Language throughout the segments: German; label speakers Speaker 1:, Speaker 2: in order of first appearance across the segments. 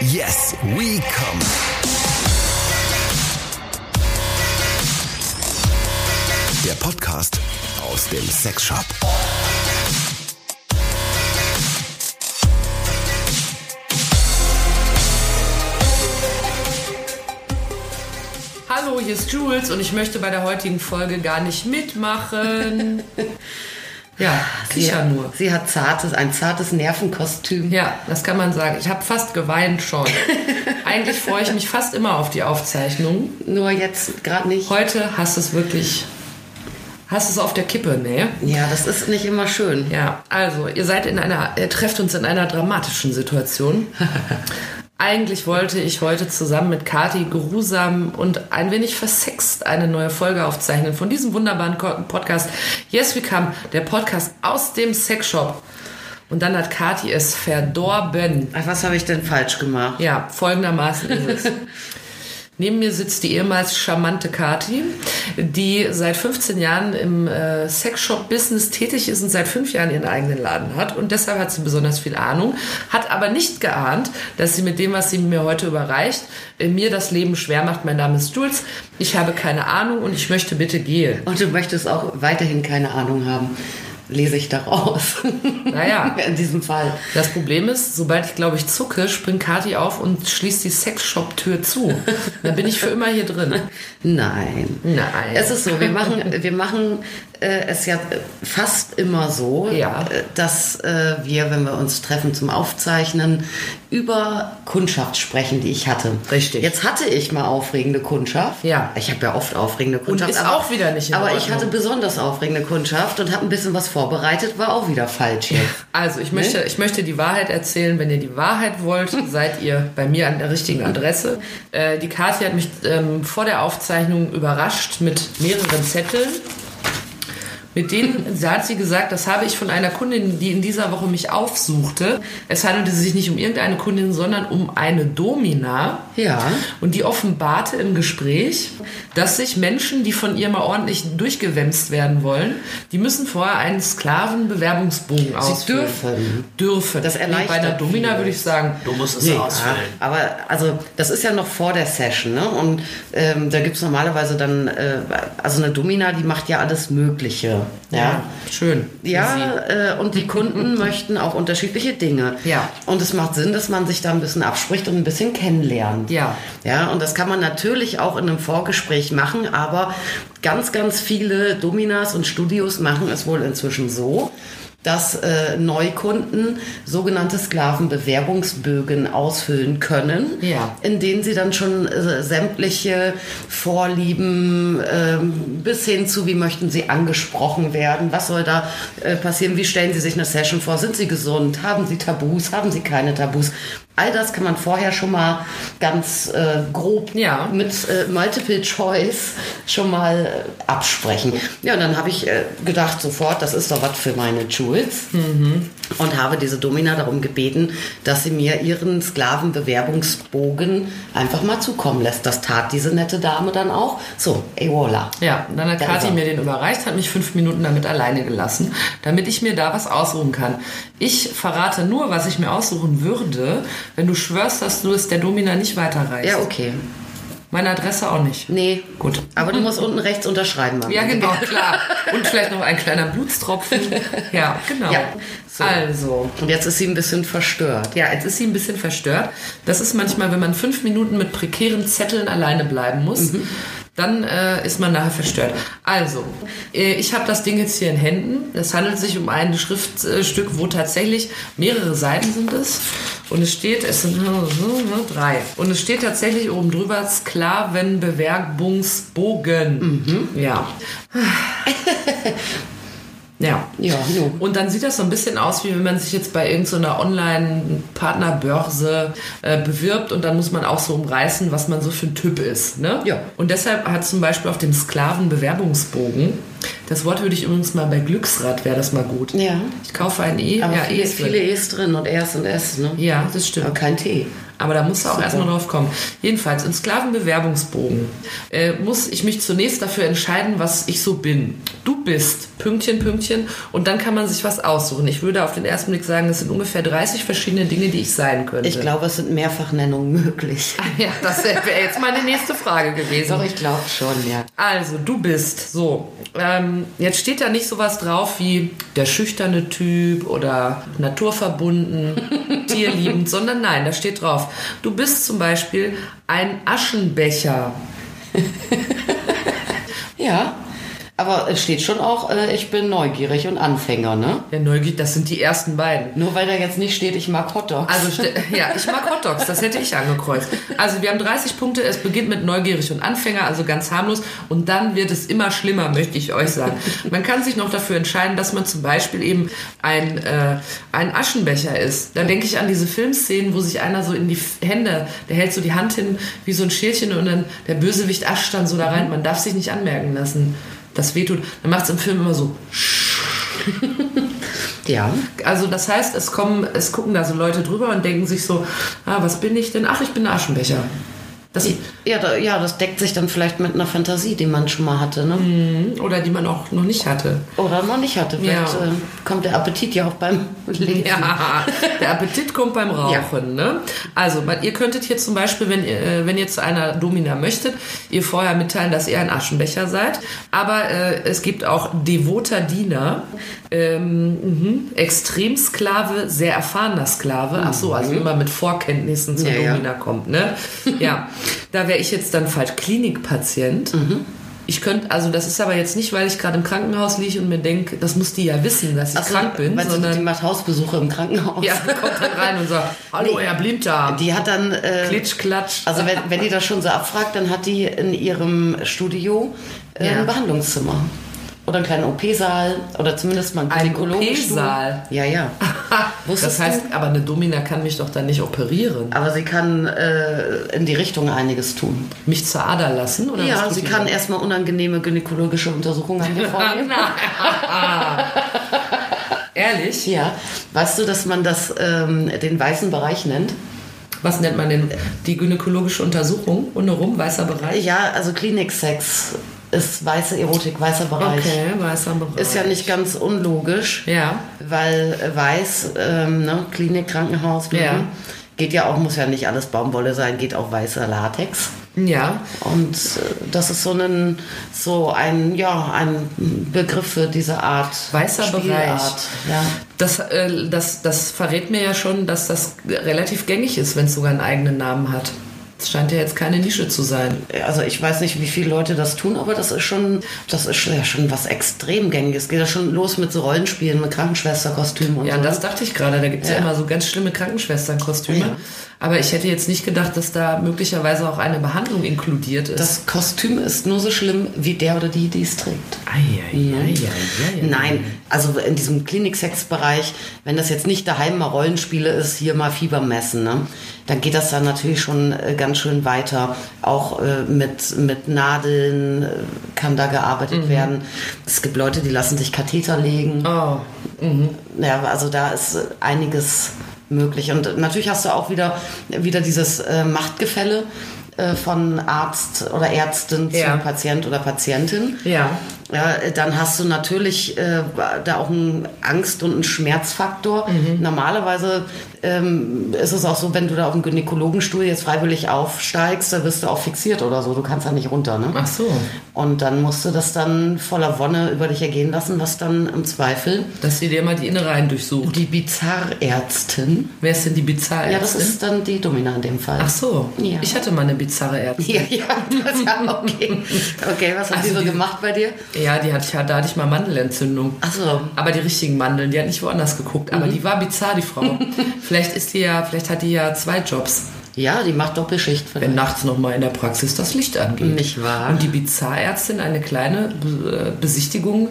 Speaker 1: Yes, we come. Der Podcast aus dem Sexshop.
Speaker 2: Hallo, hier ist Jules und ich möchte bei der heutigen Folge gar nicht mitmachen. ja,
Speaker 3: Sie,
Speaker 2: sicher nur.
Speaker 3: sie hat zartes, ein zartes Nervenkostüm.
Speaker 2: Ja, das kann man sagen. Ich habe fast geweint schon. Eigentlich freue ich mich fast immer auf die Aufzeichnung.
Speaker 3: Nur jetzt gerade nicht.
Speaker 2: Heute hast du es wirklich. Hast du es auf der Kippe, ne?
Speaker 3: Ja, das ist nicht immer schön.
Speaker 2: Ja, also, ihr seid in einer, ihr trefft uns in einer dramatischen Situation. Eigentlich wollte ich heute zusammen mit Kati geruhsam und ein wenig versext eine neue Folge aufzeichnen von diesem wunderbaren Ko- Podcast Yes We Come, der Podcast aus dem Sexshop. Und dann hat Kati es verdorben.
Speaker 3: Ach, was habe ich denn falsch gemacht?
Speaker 2: Ja, folgendermaßen ist es. Neben mir sitzt die ehemals charmante Kati, die seit 15 Jahren im äh, Sexshop-Business tätig ist und seit fünf Jahren ihren eigenen Laden hat. Und deshalb hat sie besonders viel Ahnung, hat aber nicht geahnt, dass sie mit dem, was sie mir heute überreicht, äh, mir das Leben schwer macht. Mein Name ist Jules, ich habe keine Ahnung und ich möchte bitte gehen.
Speaker 3: Und du möchtest auch weiterhin keine Ahnung haben. Lese ich daraus.
Speaker 2: Naja.
Speaker 3: In diesem Fall.
Speaker 2: Das Problem ist, sobald ich, glaube ich, zucke, springt Kati auf und schließt die Sexshop-Tür zu. Dann bin ich für immer hier drin.
Speaker 3: Nein.
Speaker 2: Nein.
Speaker 3: Es ist so, wir machen, wir machen äh, es ja äh, fast immer so,
Speaker 2: Ja.
Speaker 3: äh, dass äh, wir, wenn wir uns treffen zum Aufzeichnen, über Kundschaft sprechen, die ich hatte.
Speaker 2: Richtig.
Speaker 3: Jetzt hatte ich mal aufregende Kundschaft.
Speaker 2: Ja.
Speaker 3: Ich habe ja oft aufregende Kundschaft.
Speaker 2: ist auch wieder nicht in
Speaker 3: Aber ich
Speaker 2: Ordnung.
Speaker 3: hatte besonders aufregende Kundschaft und habe ein bisschen was vorbereitet, war auch wieder falsch. hier.
Speaker 2: Also, ich möchte, ich möchte die Wahrheit erzählen. Wenn ihr die Wahrheit wollt, seid ihr bei mir an der richtigen Adresse. Äh, die Kathi hat mich ähm, vor der Aufzeichnung überrascht mit mehreren Zetteln. Mit denen da hat sie gesagt, das habe ich von einer Kundin, die in dieser Woche mich aufsuchte. Es handelte sich nicht um irgendeine Kundin, sondern um eine Domina.
Speaker 3: Ja.
Speaker 2: Und die offenbarte im Gespräch, dass sich Menschen, die von ihr mal ordentlich durchgewemst werden wollen, die müssen vorher einen Sklavenbewerbungsbogen ausfüllen.
Speaker 3: dürfen.
Speaker 2: Dürfen.
Speaker 3: Das erleichtert
Speaker 2: Bei einer Domina
Speaker 3: vieles.
Speaker 2: würde ich sagen, du musst es
Speaker 3: Ja, aber also das ist ja noch vor der Session, ne? Und ähm, da gibt es normalerweise dann, äh, also eine Domina, die macht ja alles Mögliche. Ja.
Speaker 2: Schön.
Speaker 3: Ja, äh, und die Kunden möchten auch unterschiedliche Dinge.
Speaker 2: Ja.
Speaker 3: Und es macht Sinn, dass man sich da ein bisschen abspricht und ein bisschen kennenlernt.
Speaker 2: Ja.
Speaker 3: Ja, und das kann man natürlich auch in einem Vorgespräch machen, aber ganz, ganz viele Dominas und Studios machen es wohl inzwischen so, dass äh, Neukunden sogenannte Sklavenbewerbungsbögen ausfüllen können,
Speaker 2: Ja.
Speaker 3: in denen sie dann schon äh, sämtliche Vorlieben ähm, bis hin zu, wie möchten sie angesprochen werden, was soll da äh, passieren, wie stellen sie sich eine Session vor, sind sie gesund, haben sie Tabus, haben sie keine Tabus. All das kann man vorher schon mal ganz äh, grob
Speaker 2: Ja.
Speaker 3: mit äh, Multiple Choice schon mal äh, absprechen. Ja, und dann habe ich äh, gedacht sofort, das ist doch was für meine Jules. Und habe diese Domina darum gebeten, dass sie mir ihren Sklavenbewerbungsbogen einfach mal zukommen lässt. Das tat diese nette Dame dann auch. So, ey, voilà.
Speaker 2: Ja, und dann hat
Speaker 3: Da ist
Speaker 2: Kathi
Speaker 3: er.
Speaker 2: mir den überreicht, hat mich fünf Minuten damit alleine gelassen, damit ich mir da was aussuchen kann. Ich verrate nur, was ich mir aussuchen würde, wenn du schwörst, dass du es der Domina nicht weiterreichst.
Speaker 3: Ja, okay.
Speaker 2: Meine Adresse auch nicht.
Speaker 3: Nee.
Speaker 2: Gut.
Speaker 3: Aber du musst unten rechts unterschreiben. Mama.
Speaker 2: Ja, genau, klar. Und vielleicht noch ein kleiner Blutstropfen. Ja, genau.
Speaker 3: Ja, so.
Speaker 2: Also.
Speaker 3: Und jetzt ist sie ein bisschen verstört.
Speaker 2: Ja, jetzt ist sie ein bisschen verstört. Das ist manchmal, wenn man fünf Minuten mit prekären Zetteln alleine bleiben muss, dann äh, ist man nachher verstört. Also, äh, ich habe das Ding jetzt hier in Händen. Es handelt sich um ein Schriftstück, wo tatsächlich mehrere Seiten sind es. Und es steht, es sind ne, drei. Und es steht tatsächlich oben drüber Sklavenbewerbungsbogen. Ja. ja.
Speaker 3: Ja, nu.
Speaker 2: Und dann sieht das so ein bisschen aus, wie wenn man sich jetzt bei irgendeiner Online-Partnerbörse äh, bewirbt und dann muss man auch so umreißen, was man so für ein Typ ist. Ne?
Speaker 3: Ja.
Speaker 2: Und deshalb hat zum Beispiel auf dem Sklavenbewerbungsbogen, das Wort würde ich übrigens mal bei Glücksrad, wäre das mal gut.
Speaker 3: Ja.
Speaker 2: Ich kaufe ein E.
Speaker 3: Aber
Speaker 2: ja,
Speaker 3: viele,
Speaker 2: E ist drin.
Speaker 3: viele E's drin und R's und S, ne?
Speaker 2: Ja, das stimmt.
Speaker 3: Aber kein T.
Speaker 2: Aber da musst du auch
Speaker 3: Super.
Speaker 2: erstmal drauf kommen. Jedenfalls, im Sklavenbewerbungsbogen äh, muss ich mich zunächst dafür entscheiden, was ich so bin. Du bist, Pünktchen, Pünktchen, und dann kann man sich was aussuchen. Ich würde auf den ersten Blick sagen, es sind ungefähr 30 verschiedene Dinge, die ich sein könnte.
Speaker 3: Ich glaube, es sind Mehrfachnennungen möglich.
Speaker 2: Ja, das wäre jetzt meine nächste Frage gewesen.
Speaker 3: Doch, ich glaube schon, ja.
Speaker 2: Also, du bist so. Ähm, jetzt steht da nicht sowas drauf wie der schüchterne Typ oder naturverbunden, tierliebend, sondern nein, da steht drauf, du bist zum Beispiel ein Aschenbecher.
Speaker 3: Ja. Aber es steht schon auch, äh, ich bin neugierig und Anfänger, ne?
Speaker 2: Ja, neugierig, das sind die ersten beiden.
Speaker 3: Nur weil da jetzt nicht steht, ich mag Hotdogs.
Speaker 2: Also, ste- ja, ich mag Hotdogs, das hätte ich angekreuzt. Also, wir haben 30 Punkte, es beginnt mit neugierig und Anfänger, also ganz harmlos. Und dann wird es immer schlimmer, möchte ich euch sagen. Man kann sich noch dafür entscheiden, dass man zum Beispiel eben ein, äh, ein Aschenbecher ist. Da denke ich an diese Filmszenen, wo sich einer so in die F- Hände, der hält so die Hand hin wie so ein Schälchen und dann der Bösewicht ascht dann so da rein. Man darf sich nicht anmerken lassen, das wehtut. Dann macht es im Film immer so.
Speaker 3: ja.
Speaker 2: Also das heißt, es kommen, es gucken da so Leute drüber und denken sich so, ah, was bin ich denn? Ach, ich bin ein Aschenbecher. Das,
Speaker 3: Ja, da, ja, das deckt sich dann vielleicht mit einer Fantasie, die man schon mal hatte, ne?
Speaker 2: Mhm. oder die man auch noch nicht hatte.
Speaker 3: Oder man nicht hatte. Vielleicht
Speaker 2: Ja.
Speaker 3: äh, kommt der Appetit ja auch beim Lesen.
Speaker 2: Ja, der Appetit kommt beim Rauchen. Ne? Also man, ihr könntet hier zum Beispiel, wenn ihr, äh, wenn ihr zu einer Domina möchtet, ihr vorher mitteilen, dass ihr ein Aschenbecher seid. Aber äh, es gibt auch devoter Diener, ähm, mhm, Extremsklave, sehr erfahrener Sklave. Ach so, also immer mit Vorkenntnissen zur
Speaker 3: Mhm. Ja, ja.
Speaker 2: Domina kommt. Ne? Ja, da wäre ich jetzt dann falsch Klinikpatient.
Speaker 3: Mhm.
Speaker 2: Ich könnte, also das ist aber jetzt nicht, weil ich gerade im Krankenhaus liege und mir denke, das muss die ja wissen, dass ich
Speaker 3: Ach so,
Speaker 2: krank bin,
Speaker 3: meinst Also, du,
Speaker 2: sondern
Speaker 3: die macht Hausbesuche im Krankenhaus.
Speaker 2: ja, kommt dann rein und sagt, hallo,
Speaker 3: Nee.
Speaker 2: Herr Blinddarm.
Speaker 3: Die hat dann. Äh,
Speaker 2: Klitsch, klatsch.
Speaker 3: Also wenn, wenn die das schon so abfragt, dann hat die in ihrem Studio äh,
Speaker 2: Ja.
Speaker 3: ein Behandlungszimmer. Oder einen kleinen OP-Saal oder zumindest mal einen
Speaker 2: Ein
Speaker 3: Gynäkologenstuhl.
Speaker 2: OP-Saal?
Speaker 3: Ja, ja.
Speaker 2: das
Speaker 3: wusstest
Speaker 2: heißt, aber eine Domina kann mich doch dann nicht operieren.
Speaker 3: Aber sie kann äh, in die Richtung einiges tun.
Speaker 2: Mich zur Ader lassen? Oder was
Speaker 3: ja,
Speaker 2: tut
Speaker 3: sie
Speaker 2: die
Speaker 3: kann
Speaker 2: dann?
Speaker 3: erstmal unangenehme gynäkologische Untersuchungen an dir vornehmen.
Speaker 2: Ehrlich?
Speaker 3: ja, weißt du, dass man das ähm, den weißen Bereich nennt?
Speaker 2: Was nennt man denn die gynäkologische Untersuchung? Ohne rum, weißer Bereich?
Speaker 3: Ja, also Kliniksex ist weiße Erotik, weißer Bereich.
Speaker 2: weißer Bereich.
Speaker 3: Ist ja nicht ganz unlogisch.
Speaker 2: Ja.
Speaker 3: Weil äh, weiß, ähm, ne, Klinik, Krankenhaus, mhm.
Speaker 2: Ja.
Speaker 3: geht ja auch, muss ja nicht alles Baumwolle sein, geht auch weißer Latex.
Speaker 2: Ja.
Speaker 3: Und äh, das ist so ein, so ein, ja, ein Begriff für diese Art.
Speaker 2: Weißer
Speaker 3: Spielart. Ja.
Speaker 2: Das, äh, das, das verrät mir ja schon, dass das relativ gängig ist, wenn es sogar einen eigenen Namen hat. Es scheint ja jetzt keine Nische zu sein.
Speaker 3: Also ich weiß nicht, wie viele Leute das tun, aber das ist schon, das ist schon- ja schon was extrem gängiges. Geht ja schon los mit so Rollenspielen, mit Krankenschwesterkostümen und
Speaker 2: Ja,
Speaker 3: so. ne?
Speaker 2: das dachte ich gerade. Da gibt es ja.
Speaker 3: Ja.
Speaker 2: immer so ganz schlimme Krankenschwesternkostüme.
Speaker 3: Ja.
Speaker 2: Aber ich hätte jetzt nicht gedacht, dass da möglicherweise auch eine Behandlung inkludiert ist.
Speaker 3: Das Kostüm ist nur so schlimm wie der oder die, die es trägt. Nein, also in diesem Kliniksex-Bereich, wenn das jetzt nicht daheim mal Rollenspiele ist, hier mal Fieber messen, ne? dann geht das dann natürlich schon äh, ganz schön weiter. Auch äh, mit, mit Nadeln äh, kann da
Speaker 2: Mhm.
Speaker 3: gearbeitet werden. Es gibt Leute, die lassen sich Katheter legen.
Speaker 2: Oh.
Speaker 3: Ja, also da ist äh, einiges möglich. Und natürlich hast du auch wieder, wieder dieses äh, Machtgefälle äh, von Arzt oder Ärztin
Speaker 2: Ja.
Speaker 3: zum Patient oder Patientin.
Speaker 2: Ja.
Speaker 3: Ja, äh, dann hast du natürlich äh, da auch einen Angst- und einen Schmerzfaktor. Normalerweise ähm, ist es auch so, wenn du da auf dem Gynäkologenstuhl jetzt freiwillig aufsteigst, da wirst du auch fixiert oder so. Du kannst da nicht runter. Ne?
Speaker 2: Ach so.
Speaker 3: Und dann musst du das dann voller Wonne über dich ergehen lassen, was dann im Zweifel
Speaker 2: Dass sie dir mal die Innereien durchsucht.
Speaker 3: die Bizarrärztin.
Speaker 2: Wer ist denn die bizarre
Speaker 3: Ja, das
Speaker 2: Ärztin?
Speaker 3: ist dann die Domina in dem Fall.
Speaker 2: Ach so.
Speaker 3: Ja.
Speaker 2: Ich hatte mal eine bizarre Ärztin.
Speaker 3: Ja, ja, das ist ja okay. Okay, was hat
Speaker 2: Also
Speaker 3: die so
Speaker 2: die-
Speaker 3: gemacht bei dir?
Speaker 2: Ja, die hatte ich, ja- da hatte ich mal Mandelentzündung.
Speaker 3: Ach so.
Speaker 2: Aber die richtigen Mandeln, die hat nicht woanders geguckt.
Speaker 3: Mhm.
Speaker 2: Aber die war bizarr, die Frau. vielleicht ist die ja, vielleicht hat die ja zwei Jobs.
Speaker 3: Ja, die macht Doppelschicht.
Speaker 2: wenn nachts nochmal in der Praxis das Licht angeht.
Speaker 3: Nicht wahr?
Speaker 2: Und die Bizarrärztin eine kleine Be- äh, Besichtigung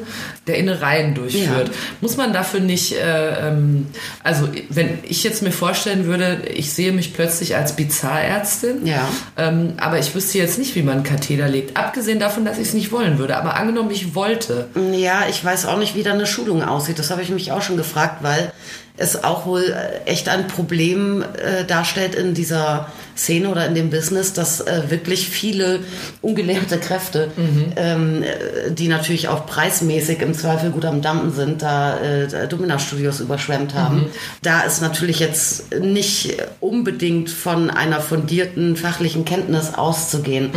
Speaker 2: der Innereien durchführt.
Speaker 3: Ja.
Speaker 2: Muss man dafür nicht, äh, ähm, also wenn ich jetzt mir vorstellen würde, ich sehe mich plötzlich als Bizarrärztin,
Speaker 3: Ja.
Speaker 2: ähm, aber ich wüsste jetzt nicht, wie man einen Katheter legt. Abgesehen davon, dass ich es nicht wollen würde, aber angenommen, ich wollte.
Speaker 3: Ja, ich weiß auch nicht, wie da eine Schulung aussieht. Das habe ich mich auch schon gefragt, weil es auch wohl äh, echt ein Problem äh, darstellt in dieser Szene oder in dem Business, dass äh, wirklich viele ungelernte Kräfte, ähm, äh, die natürlich auch preismäßig im Zweifel gut am Dampen sind, da äh, Domina-Studios überschwemmt haben. Da ist natürlich jetzt nicht unbedingt von einer fundierten fachlichen Kenntnis auszugehen.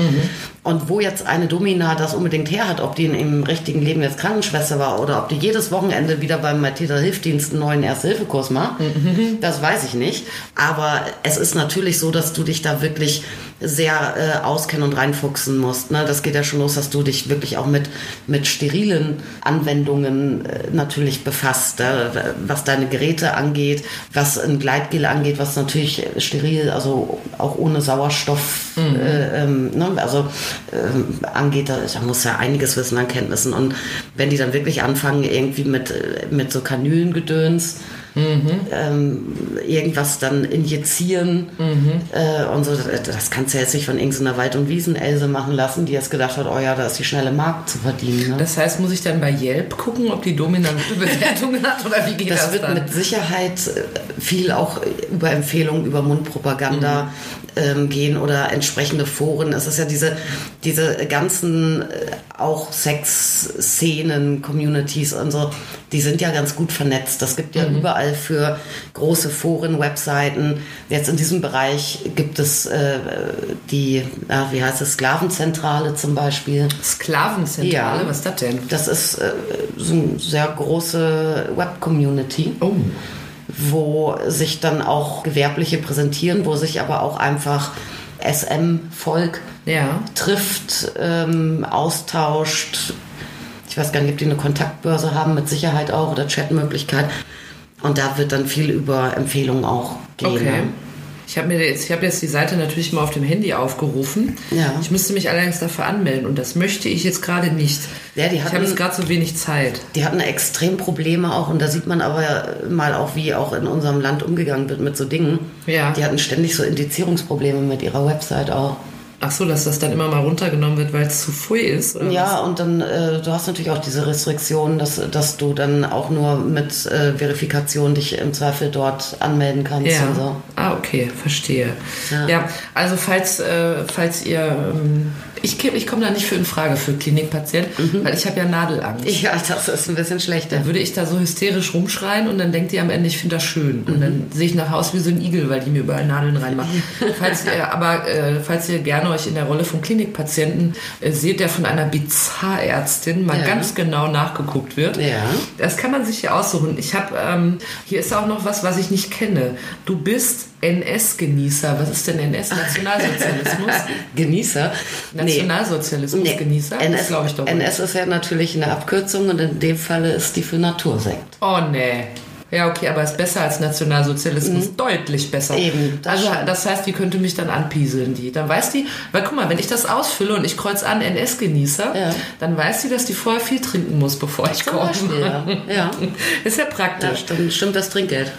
Speaker 3: Und wo jetzt eine Domina das unbedingt her hat, ob die in ihrem richtigen Leben jetzt Krankenschwester war oder ob die jedes Wochenende wieder beim Malteser Hilfdienst einen neuen Erste-Hilfe-Kurs macht, das weiß ich nicht. Aber es ist natürlich so, dass du dich da wirklich sehr äh, auskennen und reinfuchsen musst. Ne? Das geht ja schon los, dass du dich wirklich auch mit, mit sterilen Anwendungen äh, natürlich befasst, äh, was deine Geräte angeht, was ein Gleitgel angeht, was natürlich äh, steril, also auch ohne Sauerstoff, äh, ähm, ne? also ähm, angeht, da, da muss ja einiges wissen an Kenntnissen. Und wenn die dann wirklich anfangen, irgendwie mit, äh, mit so Kanülengedöns, ähm, irgendwas dann injizieren äh, und so. Das, das kannst du jetzt nicht von irgendeiner Wald- und Wiesen-Else machen lassen, die jetzt gedacht hat, oh ja, da ist die schnelle Mark zu verdienen. Ne? Das,
Speaker 2: Das heißt, muss ich dann bei Yelp gucken, ob die Domina gute Bewertungen hat oder wie geht das,
Speaker 3: wird
Speaker 2: dann?
Speaker 3: mit Sicherheit äh, viel auch über Empfehlungen, über
Speaker 2: Mhm.
Speaker 3: Mundpropaganda ähm, gehen oder entsprechende Foren. Es ist ja diese, diese ganzen äh, auch Sex-Szenen, Communities und so, die sind ja ganz gut vernetzt. Das gibt
Speaker 2: Mhm.
Speaker 3: ja überall für große Foren, Webseiten. Jetzt in diesem Bereich gibt es äh, die, ah, wie heißt es, Sklavenzentrale zum Beispiel.
Speaker 2: Sklavenzentrale,
Speaker 3: Ja.
Speaker 2: was ist das denn?
Speaker 3: Das ist äh, so eine sehr große Web-Community
Speaker 2: Oh.
Speaker 3: wo sich dann auch Gewerbliche präsentieren, wo sich aber auch einfach SM-Volk
Speaker 2: Ja.
Speaker 3: trifft, ähm, austauscht. Ich weiß gar nicht, ob die eine Kontaktbörse haben, mit Sicherheit auch, oder Chatmöglichkeit. Und da wird dann viel über Empfehlungen auch gehen. ne?
Speaker 2: Okay. Ich habe mir jetzt, ich habe jetzt die Seite natürlich mal auf dem Handy aufgerufen.
Speaker 3: Ja.
Speaker 2: Ich müsste mich allerdings dafür anmelden und das möchte ich jetzt gerade nicht.
Speaker 3: Ja, die
Speaker 2: ich
Speaker 3: hatten-
Speaker 2: habe jetzt gerade so wenig Zeit.
Speaker 3: Die hatten extrem Probleme auch und da sieht man aber mal auch, wie auch in unserem Land umgegangen wird mit so Dingen.
Speaker 2: Ja.
Speaker 3: Die hatten ständig so Indizierungsprobleme mit ihrer Website auch.
Speaker 2: Ach so, dass das dann immer mal runtergenommen wird, weil es zu früh ist. Oder
Speaker 3: Ja, und dann, äh, du hast natürlich auch diese Restriktion, dass, dass du dann auch nur mit äh, Verifikation dich im Zweifel dort anmelden kannst
Speaker 2: Ja.
Speaker 3: und so.
Speaker 2: Ah, okay, verstehe. Ja,
Speaker 3: Ja.
Speaker 2: also falls, äh, falls ihr. Ähm, ich käm- ich komme da nicht für in Frage für Klinikpatienten,
Speaker 3: Mhm.
Speaker 2: weil ich habe ja Nadelangst.
Speaker 3: Ja, das ist ein bisschen schlechter.
Speaker 2: Dann würde ich da so hysterisch rumschreien und dann denkt die am Ende, ich finde das schön. Und
Speaker 3: Mhm.
Speaker 2: dann sehe ich nachher aus wie so ein Igel, weil die mir überall Nadeln reinmachen. falls ihr, aber äh, falls ihr gerne euch in der Rolle von Klinikpatienten äh, seht, der von einer Bizarrärztin mal
Speaker 3: Ja.
Speaker 2: ganz genau nachgeguckt wird.
Speaker 3: Ja.
Speaker 2: Das kann man sich hier aussuchen. Ich habe, ähm, hier ist auch noch was, was ich nicht kenne. Du bist NS-Genießer. Was ist denn NS? Nationalsozialismus?
Speaker 3: Genießer?
Speaker 2: Nationalsozialismus-Genießer?
Speaker 3: NS,
Speaker 2: Das glaube ich doch. nicht.
Speaker 3: NS ist ja natürlich eine Abkürzung und in dem Falle ist die für Natursekt.
Speaker 2: Oh nee. Ja, okay, aber ist besser als Nationalsozialismus. Deutlich besser.
Speaker 3: Mhm. Eben, das
Speaker 2: also
Speaker 3: schon.
Speaker 2: das heißt, die könnte mich dann anpieseln, die. Dann weiß die, weil guck mal, wenn ich das ausfülle und ich kreuz an NS-Genießer,
Speaker 3: Ja.
Speaker 2: dann weiß sie, dass die vorher viel trinken muss, bevor ich
Speaker 3: Zum
Speaker 2: komme.
Speaker 3: Beispiel, ja. Ja.
Speaker 2: Ist ja
Speaker 3: Ja,
Speaker 2: praktisch.
Speaker 3: stimmt, stimmt das Trinkgeld.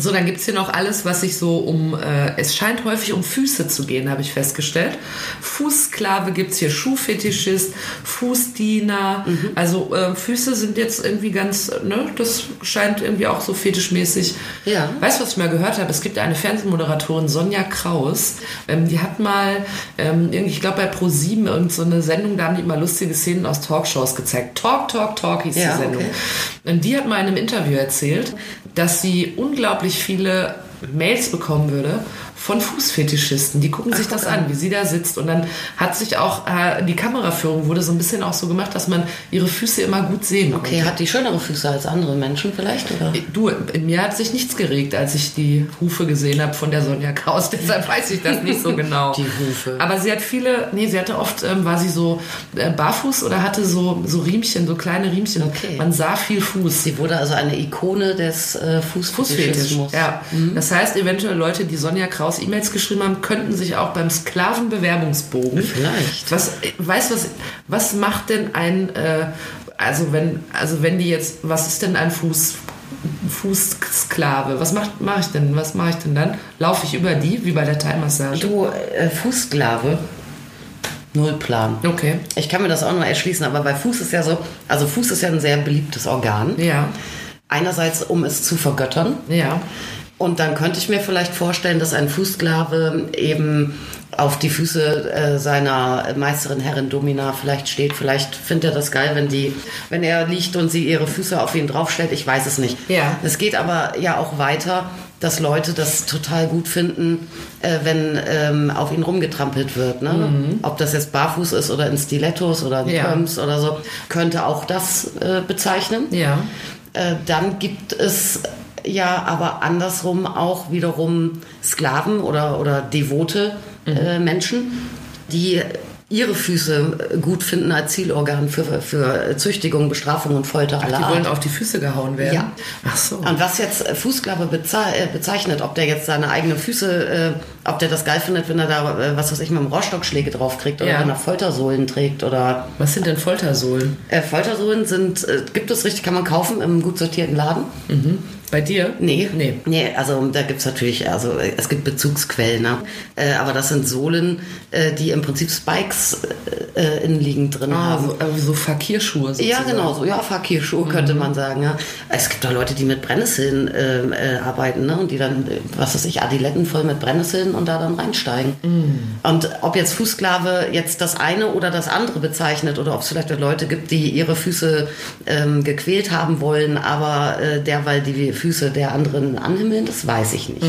Speaker 2: So, dann gibt's hier noch alles, was sich so um, äh, es scheint häufig um Füße zu gehen, habe ich festgestellt. Fußsklave gibt's hier, Schuhfetischist, Fußdiener.
Speaker 3: Mhm.
Speaker 2: Also äh, Füße sind jetzt irgendwie ganz, ne, das scheint irgendwie auch so fetischmäßig.
Speaker 3: Ja.
Speaker 2: Weißt du, was ich mal gehört habe? Es gibt eine Fernsehmoderatorin, Sonja Kraus, ähm, die hat mal, ähm, irgendwie, ich glaube bei ProSieben 7 irgend so eine Sendung, da haben die immer lustige Szenen aus Talkshows gezeigt. Talk, Talk, Talk hieß
Speaker 3: Ja,
Speaker 2: die Sendung.
Speaker 3: okay.
Speaker 2: Und die hat mal in einem Interview erzählt, dass sie unglaublich viele Mails bekommen würde von Fußfetischisten. Die gucken sich das an, wie sie da sitzt. Und dann hat sich auch äh, die Kameraführung wurde so ein bisschen auch so gemacht, dass man ihre Füße immer gut sehen konnte.
Speaker 3: Okay, hat die schönere Füße als andere Menschen vielleicht, oder?
Speaker 2: Du, in mir hat sich nichts geregt, als ich die Hufe gesehen habe von der Sonja Kraus. Deshalb weiß ich das nicht so genau.
Speaker 3: Die Hufe.
Speaker 2: Aber sie hat viele, nee, sie hatte oft, ähm, war sie so äh, barfuß oder hatte so, so Riemchen, so kleine Riemchen.
Speaker 3: Okay.
Speaker 2: Man sah viel Fuß.
Speaker 3: Sie wurde also eine Ikone des äh,
Speaker 2: Fußfetisch.
Speaker 3: Fußfetischismus.
Speaker 2: Ja.
Speaker 3: Mhm.
Speaker 2: Das heißt, eventuell Leute, die Sonja Kraus E-Mails geschrieben haben, könnten sich auch beim Sklavenbewerbungsbogen.
Speaker 3: Vielleicht.
Speaker 2: Was, weißt du, was, was macht denn ein, äh, also wenn, also wenn die jetzt, was ist denn ein Fuß? Fußsklave. Was mache mach ich denn? Was mache ich denn dann? Laufe ich über die, wie bei der Thai-Massage?
Speaker 3: Du, äh, Fußsklave, null Plan.
Speaker 2: Okay.
Speaker 3: Ich kann mir das auch nur erschließen, aber bei Fuß ist ja so, also Fuß ist ja ein sehr beliebtes Organ.
Speaker 2: Ja.
Speaker 3: Einerseits, um es zu vergöttern.
Speaker 2: Ja.
Speaker 3: Und dann könnte ich mir vielleicht vorstellen, dass ein Fußsklave eben auf die Füße äh, seiner Meisterin, Herrin Domina vielleicht steht. Vielleicht findet er das geil, wenn die, wenn er liegt und sie ihre Füße auf ihn draufstellt. Ich weiß es nicht.
Speaker 2: Ja.
Speaker 3: Es geht aber ja auch weiter, dass Leute das total gut finden, äh, wenn ähm, auf ihn rumgetrampelt wird. Ne? Ob das jetzt barfuß ist oder in Stilettos oder in
Speaker 2: Mhm. Ja.
Speaker 3: Pumps oder so, könnte auch das äh, bezeichnen.
Speaker 2: Ja.
Speaker 3: Äh, dann gibt es ja aber andersrum auch wiederum Sklaven oder, oder devote
Speaker 2: Mhm.
Speaker 3: äh, Menschen, die ihre Füße gut finden als Zielorgan für, für Züchtigung, Bestrafung und Folter aller
Speaker 2: Die
Speaker 3: Art.
Speaker 2: wollen auf die Füße gehauen werden.
Speaker 3: Ja.
Speaker 2: Ach so.
Speaker 3: Und was jetzt äh, Fußsklave beze- äh, bezeichnet, ob der jetzt seine eigenen Füße, äh, ob der das geil findet, wenn er da, äh, was weiß ich, mit dem Rohrstockschläge draufkriegt oder
Speaker 2: Ja.
Speaker 3: wenn er Foltersohlen trägt oder
Speaker 2: Was sind denn Foltersohlen?
Speaker 3: äh, Foltersohlen sind, äh, gibt es richtig, kann man kaufen im gut sortierten Laden.
Speaker 2: Bei dir?
Speaker 3: Nee,
Speaker 2: Nee.
Speaker 3: nee also da gibt es natürlich, also äh, es gibt Bezugsquellen, ne? äh, aber das sind Sohlen, äh, die im Prinzip Spikes äh, äh, innenliegend drin
Speaker 2: Ah,
Speaker 3: haben.
Speaker 2: so, also so Fakir-Schuhe
Speaker 3: Ja,
Speaker 2: sozusagen. Mhm.
Speaker 3: genau, so, ja, Fakirschuhe könnte man sagen. Ja. Es gibt auch Leute, die mit Brennnesseln ähm, äh, arbeiten ne? und die dann, äh, was weiß ich, Adiletten voll mit Brennnesseln und da dann reinsteigen.
Speaker 2: Mhm.
Speaker 3: Und ob jetzt Fußsklave jetzt das eine oder das andere bezeichnet oder ob es vielleicht auch Leute gibt, die ihre Füße ähm, gequält haben wollen, aber äh, derweil die Füße der anderen anhimmeln, das weiß ich nicht.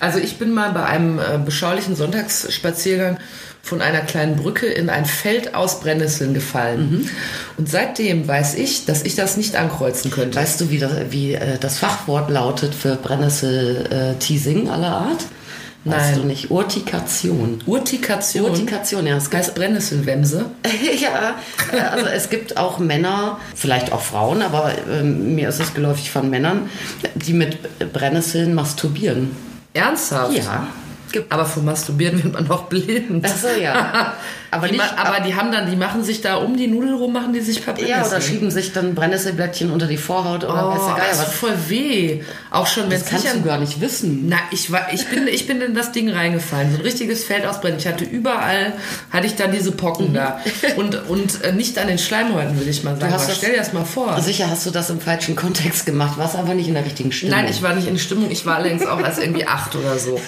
Speaker 2: Also ich bin mal bei einem äh, beschaulichen Sonntagsspaziergang von einer kleinen Brücke in ein Feld aus Brennnesseln gefallen. Und seitdem weiß ich, dass ich das nicht ankreuzen könnte.
Speaker 3: Weißt du, wie das, wie, äh, das Fachwort lautet für Brennnessel-Teasing aller Art? Weißt
Speaker 2: Nein.
Speaker 3: du nicht? Urtikation.
Speaker 2: Urtikation
Speaker 3: Urtikation, ja. Es gibt,
Speaker 2: heißt Brennnesselwemse.
Speaker 3: ja, äh, also es gibt auch Männer, vielleicht auch Frauen, aber ähm, mir ist es geläufig von Männern, die mit Brennnesseln masturbieren.
Speaker 2: Ernsthaft?
Speaker 3: Ja. Gibt
Speaker 2: Aber vom Masturbieren wird man doch blind.
Speaker 3: Ach so, ja. Aber
Speaker 2: Aber die,
Speaker 3: nicht-
Speaker 2: ma- aber die haben dann, die machen sich da um die Nudel rum, machen die sich Papier.
Speaker 3: ja, oder schieben sich dann Brennnesselblättchen unter die Vorhaut oder
Speaker 2: Oh,
Speaker 3: weiß der Geier
Speaker 2: das tut
Speaker 3: was.
Speaker 2: voll weh. Auch schon, wenn
Speaker 3: Das
Speaker 2: es nicht
Speaker 3: kannst du
Speaker 2: an
Speaker 3: gar nicht wissen.
Speaker 2: Na, ich war, ich bin, ich bin in das Ding reingefallen. So ein richtiges Feld ausbrennen. Ich hatte überall, hatte ich dann diese Pocken da. Und, und äh, nicht an den Schleimhäuten, würde ich mal sagen.
Speaker 3: Mhm. hast
Speaker 2: Aber
Speaker 3: das- Also
Speaker 2: stell dir das mal vor.
Speaker 3: Sicher hast du das im falschen Kontext gemacht, warst aber nicht in der richtigen Stimmung.
Speaker 2: Nein, ich war nicht in Stimmung. Ich war allerdings auch als irgendwie acht oder so.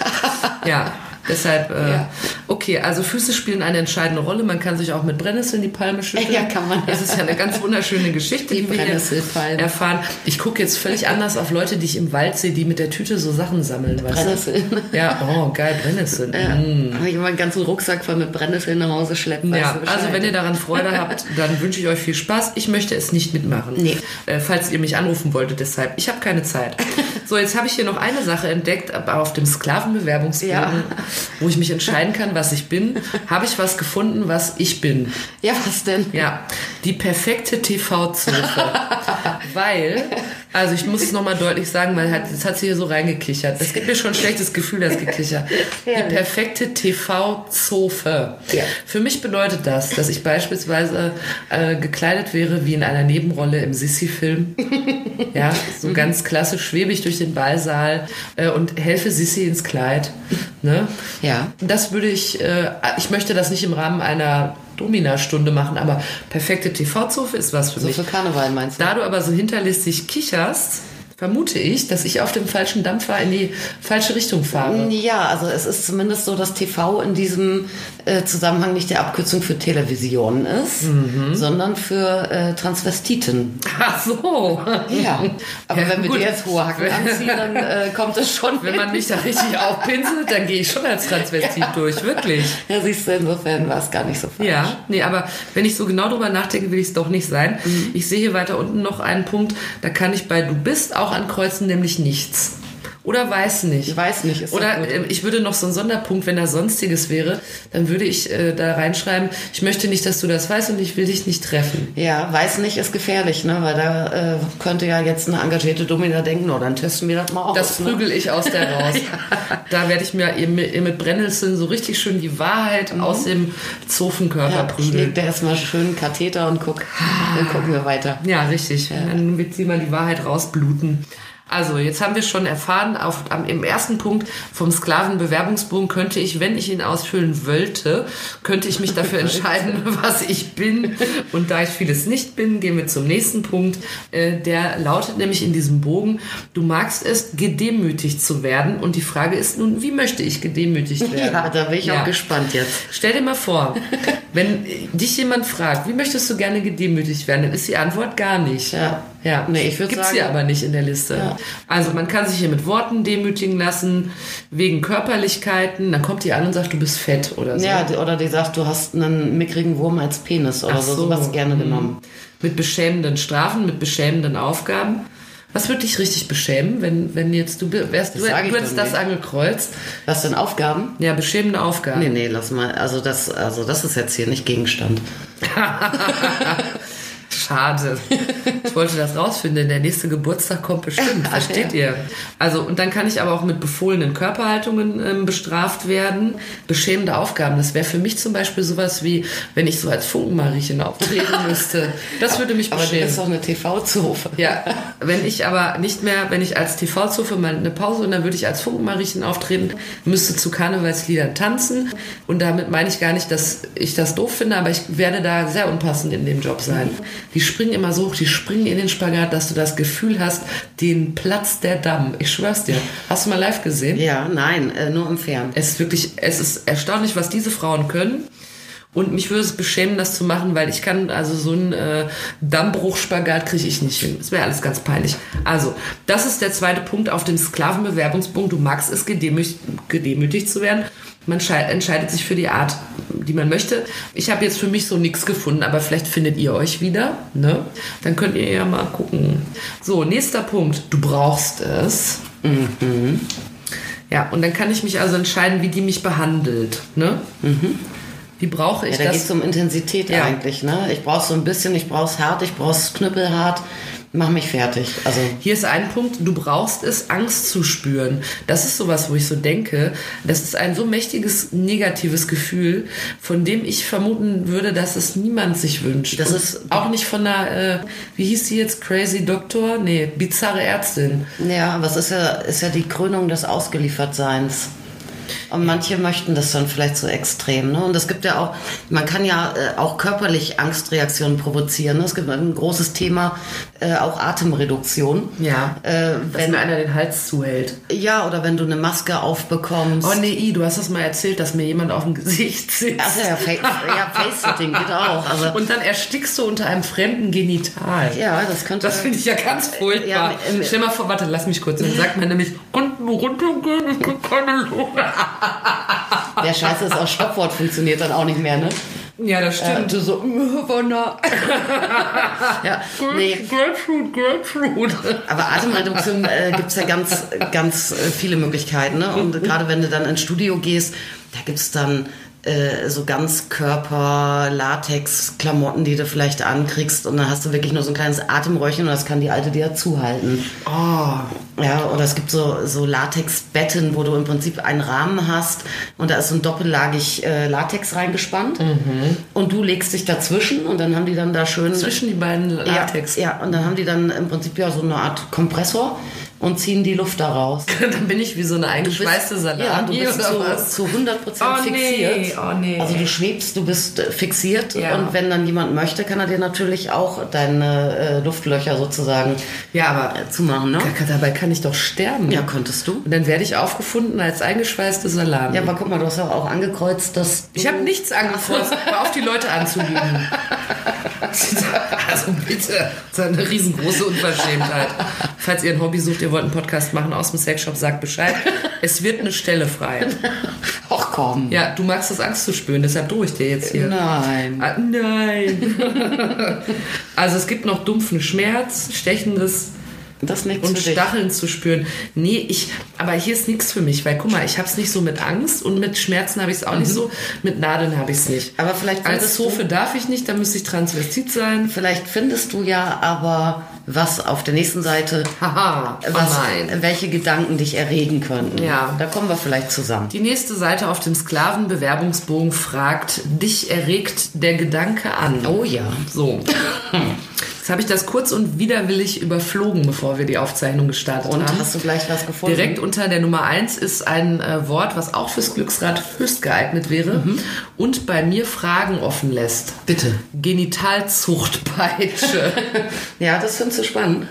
Speaker 2: Ja. Deshalb, äh,
Speaker 3: Ja.
Speaker 2: okay, also Füße spielen eine entscheidende Rolle. Man kann sich auch mit Brennnesseln die Palme schütteln.
Speaker 3: Ja, kann man.
Speaker 2: Das ist ja eine ganz wunderschöne Geschichte,
Speaker 3: Die
Speaker 2: die, wir hier
Speaker 3: Brennnesselpalme.
Speaker 2: erfahren. Ich gucke jetzt völlig anders auf Leute, die ich im Wald sehe, die mit der Tüte so Sachen sammeln. weißt du?
Speaker 3: Brennnesseln.
Speaker 2: Ja, oh, geil, Brennnesseln.
Speaker 3: Ja. Habe ich immer einen ganzen Rucksack voll mit Brennnesseln nach Hause schleppen.
Speaker 2: Ja, also wenn ihr daran Freude habt, dann wünsche ich euch viel Spaß. Ich möchte es nicht mitmachen.
Speaker 3: Nee.
Speaker 2: Äh, falls ihr mich anrufen wolltet, deshalb. Ich habe keine Zeit. So, jetzt habe ich hier noch eine Sache entdeckt, aber auf dem Sklavenbewerbungsbogen,
Speaker 3: Ja.
Speaker 2: wo ich mich entscheiden kann, was ich bin, habe ich was gefunden, was ich bin.
Speaker 3: Ja, was denn?
Speaker 2: Ja, die perfekte TV-Zofe. weil, also ich muss es nochmal deutlich sagen, weil hat, jetzt hat sie hier so reingekichert. Das gibt mir schon ein schlechtes Gefühl, das Gekicher. Die perfekte TV-Zofe.
Speaker 3: Ja.
Speaker 2: Für mich bedeutet das, dass ich beispielsweise äh, gekleidet wäre wie in einer Nebenrolle im Sissi-Film. Ja, so ganz klassisch schwebe ich durch den Ballsaal äh, und helfe Sissi ins Kleid. Ne?
Speaker 3: Ja.
Speaker 2: Das würde ich, äh, ich möchte das nicht im Rahmen einer Domina-Stunde machen, aber perfekte TV-Zofe ist was für
Speaker 3: So
Speaker 2: mich.
Speaker 3: für Karneval meinst du?
Speaker 2: Da du aber so hinterlistig kicherst, vermute ich, dass ich auf dem falschen Dampfer in die falsche Richtung fahre.
Speaker 3: Ja, also es ist zumindest so, dass TV in diesem äh, Zusammenhang nicht die Abkürzung für Television ist,
Speaker 2: Mhm.
Speaker 3: sondern für äh, Transvestiten.
Speaker 2: Ach so.
Speaker 3: Ja, aber
Speaker 2: Ja,
Speaker 3: wenn wir
Speaker 2: gut.
Speaker 3: dir jetzt hohe Hacken anziehen, dann äh, kommt es schon
Speaker 2: Wenn
Speaker 3: hin.
Speaker 2: man mich da richtig aufpinselt, dann gehe ich schon als Transvestit durch, wirklich.
Speaker 3: Ja, siehst du, insofern war es gar nicht so falsch.
Speaker 2: Ja, nee, aber wenn ich so genau drüber nachdenke, will ich es doch nicht sein. Ich sehe hier weiter unten noch einen Punkt, da kann ich bei Du bist auch ankreuzen, nämlich nichts. Oder weiß nicht.
Speaker 3: Ich weiß nicht, ist doch
Speaker 2: Oder
Speaker 3: gut.
Speaker 2: äh, ich würde noch so einen Sonderpunkt, wenn da sonstiges wäre, dann würde ich äh, da reinschreiben, ich möchte nicht, dass du das weißt und ich will dich nicht treffen.
Speaker 3: Ja, weiß nicht ist gefährlich, ne? weil da äh, könnte ja jetzt eine engagierte Domina denken, oh, dann testen wir das mal aus.
Speaker 2: Das
Speaker 3: ne?
Speaker 2: prügel ich aus der raus. Da werde ich mir eben mit- eben mit Brennnesseln so richtig schön die Wahrheit aus dem Zofenkörper
Speaker 3: Mhm. ja, ich leg
Speaker 2: prügeln.
Speaker 3: dir erstmal schön einen Katheter und guck, dann gucken wir weiter.
Speaker 2: Ja, richtig. Dann wird sie mal die Wahrheit rausbluten. Also, jetzt haben wir schon erfahren, auf, am, im ersten Punkt vom Sklavenbewerbungsbogen könnte ich, wenn ich ihn ausfüllen wollte, könnte ich mich dafür entscheiden, was ich bin. Und da ich vieles nicht bin, gehen wir zum nächsten Punkt. Äh, der lautet nämlich in diesem Bogen, du magst es, gedemütigt zu werden. Und die Frage ist nun, wie möchte ich gedemütigt werden?
Speaker 3: Ja, da bin ich
Speaker 2: Ja.
Speaker 3: auch gespannt jetzt.
Speaker 2: Stell dir mal vor, wenn dich jemand fragt, wie möchtest du gerne gedemütigt werden, dann ist die Antwort gar nicht.
Speaker 3: Ja.
Speaker 2: Ja,
Speaker 3: Nee, ich würd
Speaker 2: Gibt's
Speaker 3: sagen-
Speaker 2: hier aber nicht in der Liste. Also man kann sich hier mit Worten demütigen lassen, wegen Körperlichkeiten. Dann kommt die an und sagt, du bist fett oder so.
Speaker 3: Ja, die- oder die sagt, du hast einen mickrigen Wurm als Penis oder
Speaker 2: Ach
Speaker 3: so, Mhm.
Speaker 2: so.
Speaker 3: sowas gerne genommen.
Speaker 2: Mit beschämenden Strafen, mit beschämenden Aufgaben. Was würde dich richtig beschämen, wenn, wenn jetzt du be- wärst, du, du
Speaker 3: sag ich
Speaker 2: hättest
Speaker 3: doch
Speaker 2: das
Speaker 3: nicht.
Speaker 2: angekreuzt?
Speaker 3: Was denn Aufgaben?
Speaker 2: Ja, beschämende Aufgaben.
Speaker 3: Nee, nee, lass mal. Also das, also das ist jetzt hier nicht Gegenstand.
Speaker 2: Schade. Ich wollte das rausfinden. denn Der nächste Geburtstag kommt bestimmt. Versteht ihr? Also, und dann kann ich aber auch mit befohlenen Körperhaltungen ähm, bestraft werden. Beschämende Aufgaben. Das wäre für mich zum Beispiel sowas wie, wenn ich so als Funkenmariechen auftreten müsste. Das würde mich
Speaker 3: Aber du
Speaker 2: beschämen.
Speaker 3: bist doch eine TV-Zofe.
Speaker 2: Ja, wenn ich aber nicht mehr, wenn ich als TV-Zofe mal eine Pause und dann würde ich als Funkenmariechen auftreten, müsste zu Karnevalsliedern tanzen. Und damit meine ich gar nicht, dass ich das doof finde, aber ich werde da sehr unpassend in dem Job sein. Die springen immer so hoch, die springen in den Spagat, dass du das Gefühl hast, den Platz der Damm. Ich schwör's dir. Hast du mal live gesehen?
Speaker 3: Ja, nein, äh, nur im Fern.
Speaker 2: Es ist wirklich, es ist erstaunlich, was diese Frauen können. Und mich würde es beschämen, das zu machen, weil ich kann, also so einen äh, Dammbruchspagat kriege ich nicht hin. Das wäre alles ganz peinlich. Also, das ist der zweite Punkt auf dem Sklavenbewerbungspunkt. Du magst es, gedemütigt, gedemütigt zu werden. Man schei- entscheidet sich für die Art, die man möchte. Ich habe jetzt für mich so nichts gefunden, aber vielleicht findet ihr euch wieder. Ne? Dann könnt ihr ja mal gucken. So, nächster Punkt. Du brauchst es. Ja, und dann kann ich mich also entscheiden, wie die mich behandelt. Ne? Wie brauche ich
Speaker 3: Ja, da geht
Speaker 2: das?
Speaker 3: es um Intensität
Speaker 2: Ja.
Speaker 3: eigentlich, ne? Ich brauch's so ein bisschen, ich brauch's hart, ich brauch's knüppelhart, mach mich fertig. Also
Speaker 2: Hier ist ein Punkt, du brauchst es, Angst zu spüren. Das ist sowas, wo ich so denke, das ist ein so mächtiges negatives Gefühl, von dem ich vermuten würde, dass es niemand sich wünscht.
Speaker 3: Das
Speaker 2: Und
Speaker 3: ist-
Speaker 2: auch nicht von einer, äh, wie hieß sie jetzt, Crazy Doktor? Nee, bizarre Ärztin.
Speaker 3: Ja, aber es ist ja, ist ja die Krönung des Ausgeliefertseins. Und manche möchten das dann vielleicht so extrem. Ne? Und es gibt ja auch, man kann ja äh, auch körperlich Angstreaktionen provozieren. Ne? Es gibt ein großes Thema, äh, auch Atemreduktion.
Speaker 2: Ja.
Speaker 3: Äh,
Speaker 2: Dass
Speaker 3: wenn,
Speaker 2: mir einer den Hals zuhält.
Speaker 3: ja, oder wenn du eine Maske aufbekommst.
Speaker 2: Oh nee, I, du hast das mal erzählt, dass mir jemand auf dem Gesicht sitzt.
Speaker 3: Ach so, ja, Fa ja, Face-Sitting geht auch. Aber
Speaker 2: Und dann erstickst du unter einem fremden Genital.
Speaker 3: ja, das könnte.
Speaker 2: Das finde ich ja ganz furchtbar.
Speaker 3: Ja, ähm,
Speaker 2: Stell mal vor, warte, lass mich kurz. Dann sagt man nämlich, unten runtergehen, ich krieg keine Luft.
Speaker 3: der Scheiße ist auch Stoppwort funktioniert dann auch nicht mehr, ne?
Speaker 2: Ja, das stimmt. "Mm,
Speaker 3: du so, Wonder. ja, nee.
Speaker 2: Grapefruit, Grapefruit.
Speaker 3: Aber Atemreduktion äh, gibt es ja ganz, ganz äh, viele Möglichkeiten. Ne? Und gerade wenn du dann ins Studio gehst, da gibt es dann äh, so ganz Körper, Latex, Klamotten, die du vielleicht ankriegst. Und dann hast du wirklich nur so ein kleines Atemröhrchen und das kann die Alte dir zuhalten. Ja, oder es gibt so, so Latexbetten, wo du im Prinzip einen Rahmen hast und da ist so ein doppellagig äh, Latex reingespannt. Und du legst dich dazwischen und dann haben die dann da schön
Speaker 2: Zwischen die beiden Latex.
Speaker 3: ja, ja, und dann haben die dann im Prinzip ja so eine Art Kompressor und ziehen die Luft da raus.
Speaker 2: Dann bin ich wie so eine eingeschweißte Salami
Speaker 3: ja, du bist
Speaker 2: oder
Speaker 3: zu,
Speaker 2: was?
Speaker 3: zu 100%
Speaker 2: Oh, nee,
Speaker 3: fixiert.
Speaker 2: oh, nee.
Speaker 3: Also du schwebst, du bist äh, fixiert
Speaker 2: Ja.
Speaker 3: und wenn dann jemand möchte, kann er dir natürlich auch deine äh, Luftlöcher sozusagen
Speaker 2: Ja, aber
Speaker 3: äh, zumachen, ne?
Speaker 2: dabei kann ich doch sterben.
Speaker 3: Ja, könntest du.
Speaker 2: Und dann werde ich aufgefunden als eingeschweißte Salami.
Speaker 3: Ja, aber guck mal, du hast ja auch angekreuzt, dass du
Speaker 2: Ich habe nichts angefasst, hör auf die Leute anzulügen. Also bitte, das ist eine riesengroße Unverschämtheit. Falls ihr ein Hobby sucht, ihr wollt einen Podcast machen aus dem Sexshop, sagt Bescheid. Es wird eine Stelle frei.
Speaker 3: Ach komm.
Speaker 2: Ja, du magst es Angst zu spüren, deshalb drohe ich dir jetzt hier.
Speaker 3: Nein.
Speaker 2: Ah, nein. Also es gibt noch dumpfen Schmerz, stechendes
Speaker 3: Das ist nichts
Speaker 2: und
Speaker 3: für dich.
Speaker 2: Stacheln zu spüren. Nee, ich, aber hier ist nichts für mich, weil guck mal, ich hab's nicht so mit Angst und mit Schmerzen habe ich es auch nicht so, mit Nadeln habe ich es nicht.
Speaker 3: Aber vielleicht
Speaker 2: als
Speaker 3: würdest Mhm. du-
Speaker 2: Sofe darf ich nicht, da müsste ich transvestit sein.
Speaker 3: Vielleicht findest du ja aber was auf der nächsten Seite,
Speaker 2: Haha, oh
Speaker 3: was,
Speaker 2: nein.
Speaker 3: welche Gedanken dich erregen könnten.
Speaker 2: Ja.
Speaker 3: Da kommen wir vielleicht zusammen.
Speaker 2: Die nächste Seite auf dem Sklavenbewerbungsbogen fragt, dich erregt der Gedanke an.
Speaker 3: Oh ja.
Speaker 2: So. Jetzt habe ich das kurz und widerwillig überflogen, bevor wir die Aufzeichnung gestartet
Speaker 3: Und
Speaker 2: haben.
Speaker 3: hast du gleich was gefunden?
Speaker 2: Direkt unter der Nummer 1 ist ein äh, Wort, was auch fürs Glücksrad höchst geeignet wäre und bei mir Fragen offen lässt.
Speaker 3: Bitte.
Speaker 2: Genitalzuchtpeitsche.
Speaker 3: Ja, das findest du spannend.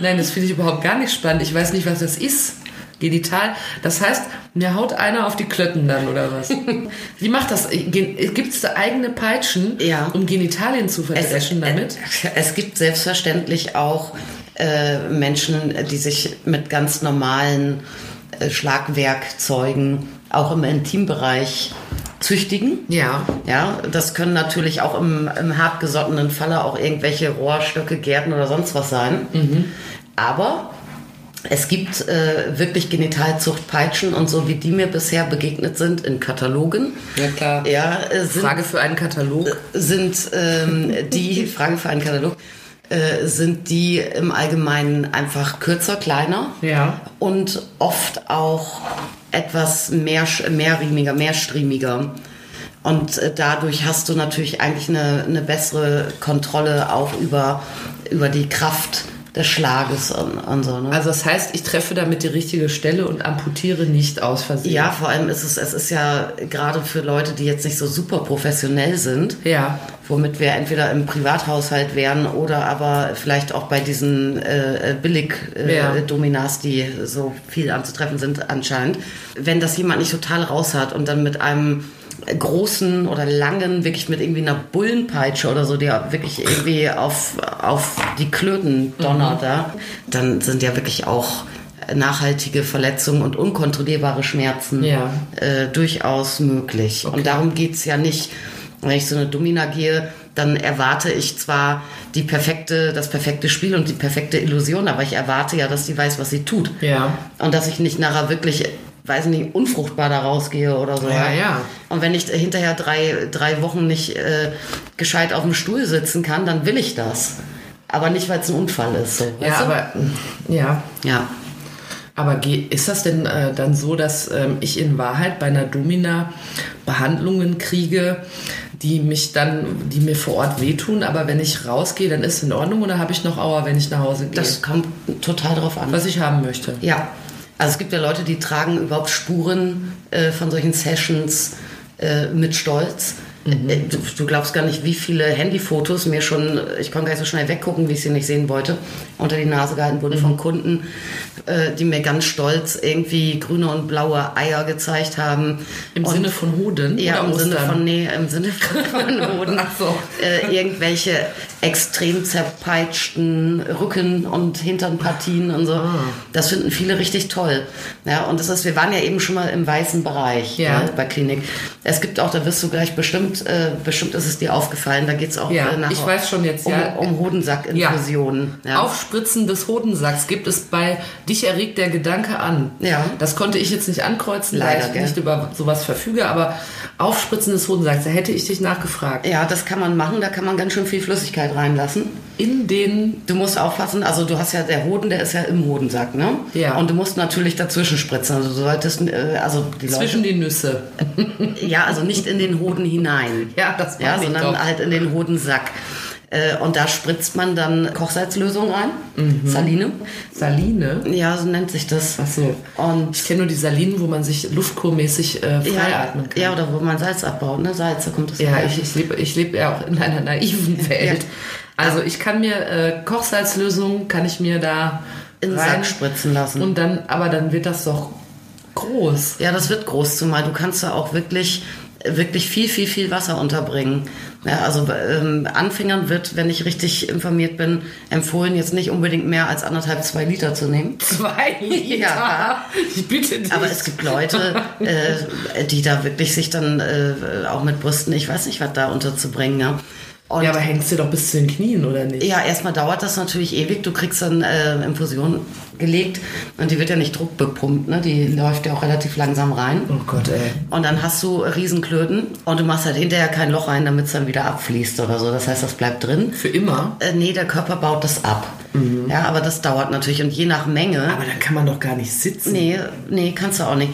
Speaker 2: Nein, das finde ich überhaupt gar nicht spannend. Ich weiß nicht, was das ist. Genital. Das heißt, mir haut einer auf die Klötten dann oder was? Wie macht das? Gibt es da eigene Peitschen,
Speaker 3: Ja.
Speaker 2: um Genitalien zu verdreschen damit?
Speaker 3: Es gibt selbstverständlich auch äh, Menschen, die sich mit ganz normalen äh, Schlagwerkzeugen auch im Intimbereich züchtigen.
Speaker 2: Ja.
Speaker 3: Ja, das können natürlich auch im, im hartgesottenen Falle auch irgendwelche Rohrstöcke, Gärten oder sonst was sein. Aber es gibt äh, wirklich Genitalzuchtpeitschen und so wie die mir bisher begegnet sind in Katalogen.
Speaker 2: Ja, klar.
Speaker 3: Ja, äh, sind
Speaker 2: Frage für einen Katalog.
Speaker 3: sind ähm, die, Frage für einen Katalog, äh, sind die im Allgemeinen einfach kürzer, kleiner
Speaker 2: Ja.
Speaker 3: und oft auch etwas mehr, mehrriemiger, mehrstriemiger. Und äh, dadurch hast du natürlich eigentlich eine, eine bessere Kontrolle auch über, über die Kraft des Schlages und, und so. Ne?
Speaker 2: Also das heißt, ich treffe damit die richtige Stelle und amputiere nicht aus Versehen.
Speaker 3: ja, vor allem ist es, es ist ja gerade für Leute, die jetzt nicht so super professionell sind,
Speaker 2: Ja.
Speaker 3: womit wir entweder im Privathaushalt wären oder aber vielleicht auch bei diesen äh,
Speaker 2: Ja.
Speaker 3: Billig-Dominas, die so viel anzutreffen sind anscheinend. Wenn das jemand nicht total raus hat und dann mit einem großen oder langen, wirklich mit irgendwie einer Bullenpeitsche oder so, der wirklich irgendwie auf, auf die Klöten donnert,
Speaker 2: Mhm.
Speaker 3: da, dann sind ja wirklich auch nachhaltige Verletzungen und unkontrollierbare Schmerzen
Speaker 2: Ja.
Speaker 3: äh, durchaus möglich. Und darum geht's ja nicht. Wenn ich so eine Domina gehe, dann erwarte ich zwar die perfekte, das perfekte Spiel und die perfekte Illusion, aber ich erwarte ja, dass sie weiß, was sie tut.
Speaker 2: Ja.
Speaker 3: Und dass ich nicht nachher wirklich, weiß nicht, unfruchtbar da rausgehe oder so.
Speaker 2: Ja, ja.
Speaker 3: Und wenn ich hinterher drei, drei Wochen nicht äh, gescheit auf dem Stuhl sitzen kann, dann will ich das. Aber nicht, weil es ein Unfall ist. So,
Speaker 2: Ja,
Speaker 3: weißt du?
Speaker 2: aber ja.
Speaker 3: ja.
Speaker 2: Aber ge- ist das denn äh, dann so, dass ähm, ich in Wahrheit bei einer Domina Behandlungen kriege, die mich dann, die mir vor Ort wehtun, aber wenn ich rausgehe, dann ist es in Ordnung oder habe ich noch Auer, wenn ich nach Hause gehe?
Speaker 3: Das kommt total drauf an.
Speaker 2: was ich haben möchte.
Speaker 3: Ja, also es gibt ja Leute, die tragen überhaupt Spuren äh, von solchen Sessions äh, mit Stolz.
Speaker 2: Mhm.
Speaker 3: Äh, Du, du glaubst gar nicht, wie viele Handyfotos mir schon, äh, ich konnte gar nicht so schnell weggucken, wie ich sie nicht sehen wollte, unter die Nase gehalten
Speaker 2: Mhm.
Speaker 3: wurden von Kunden, äh, die mir ganz stolz irgendwie grüne und blaue Eier gezeigt haben.
Speaker 2: Im
Speaker 3: und,
Speaker 2: Sinne von Hoden
Speaker 3: ja,
Speaker 2: oder
Speaker 3: im Sinne
Speaker 2: Ostern?
Speaker 3: von, nee, im Sinne von, von Hoden.
Speaker 2: Ach so.
Speaker 3: Äh, irgendwelche extrem zerpeitschten Rücken- und Hinternpartien und so.
Speaker 2: Ah.
Speaker 3: Das finden viele richtig toll. Ja, und das ist, wir waren ja eben schon mal im weißen Bereich
Speaker 2: Ja.
Speaker 3: ne, bei Klinik. Es gibt auch, da wirst du gleich bestimmt, äh, bestimmt ist es dir aufgefallen, da geht es auch
Speaker 2: Ja,
Speaker 3: äh, nach,
Speaker 2: ich weiß schon jetzt,
Speaker 3: um,
Speaker 2: ja.
Speaker 3: um Hodensackinfusionen. Ja.
Speaker 2: Aufspritzen des Hodensacks gibt es bei Dich erregt der Gedanke an.
Speaker 3: Ja.
Speaker 2: Das konnte ich jetzt nicht ankreuzen,
Speaker 3: Leider,
Speaker 2: weil ich
Speaker 3: gell?
Speaker 2: nicht über sowas verfüge, aber Aufspritzen des Hodensacks, da hätte ich dich nachgefragt.
Speaker 3: ja, das kann man machen, da kann man ganz schön viel Flüssigkeit reinlassen.
Speaker 2: In den
Speaker 3: Du musst aufpassen, also du hast ja der Hoden, der ist ja im Hodensack, ne?
Speaker 2: Ja.
Speaker 3: Und du musst natürlich dazwischen spritzen. Also du solltest, äh, also die
Speaker 2: zwischen die Nüsse.
Speaker 3: Leute, ja, also nicht in den Hoden hinein.
Speaker 2: Ja, das
Speaker 3: Ja,
Speaker 2: meine ich
Speaker 3: sondern
Speaker 2: doch.
Speaker 3: halt in den Hodensack. Äh, Und da spritzt man dann Kochsalzlösung rein,
Speaker 2: Mhm.
Speaker 3: Saline.
Speaker 2: Saline.
Speaker 3: Ja, so nennt sich das.
Speaker 2: Ach so.
Speaker 3: Und
Speaker 2: Ich kenne nur die Salinen, wo man sich luftkurmäßig äh, frei
Speaker 3: ja,
Speaker 2: atmen kann.
Speaker 3: ja, oder wo man Salz abbaut, ne? Salz, da kommt das
Speaker 2: Ja,
Speaker 3: her.
Speaker 2: ich, ich lebe ich leb ja auch in einer naiven Welt.
Speaker 3: Ja.
Speaker 2: Also ich kann mir äh, Kochsalzlösung, kann ich mir da
Speaker 3: in den
Speaker 2: rein
Speaker 3: Sack spritzen lassen.
Speaker 2: und dann, aber dann wird das doch groß.
Speaker 3: Ja, das wird groß, zumal du kannst da auch wirklich, wirklich viel, viel, viel Wasser unterbringen. Ja, also ähm, Anfängern wird, wenn ich richtig informiert bin, empfohlen, jetzt nicht unbedingt mehr als anderthalb, zwei Liter zu nehmen.
Speaker 2: Zwei Liter.
Speaker 3: Ja.
Speaker 2: Ich bitte dich.
Speaker 3: Aber es gibt Leute, äh, die da wirklich sich dann äh, auch mit Brüsten, ich weiß nicht, was da unterzubringen. Ja. Und
Speaker 2: ja, aber hängst du doch bis zu den Knien, oder nicht?
Speaker 3: ja, erstmal dauert das natürlich ewig. Du kriegst dann äh, Infusion gelegt und die wird ja nicht druckbepumpt, ne? Die läuft ja auch relativ langsam rein.
Speaker 2: Oh Gott, ey.
Speaker 3: Und dann hast du Riesenklöten und du machst halt hinterher kein Loch rein, damit es dann wieder abfließt oder so. Das heißt, das bleibt drin.
Speaker 2: Für immer?
Speaker 3: Äh, nee, der Körper baut das ab. Ja, aber das dauert natürlich und je nach Menge.
Speaker 2: Aber da kann man doch gar nicht sitzen.
Speaker 3: Nee, nee, kannst du auch nicht.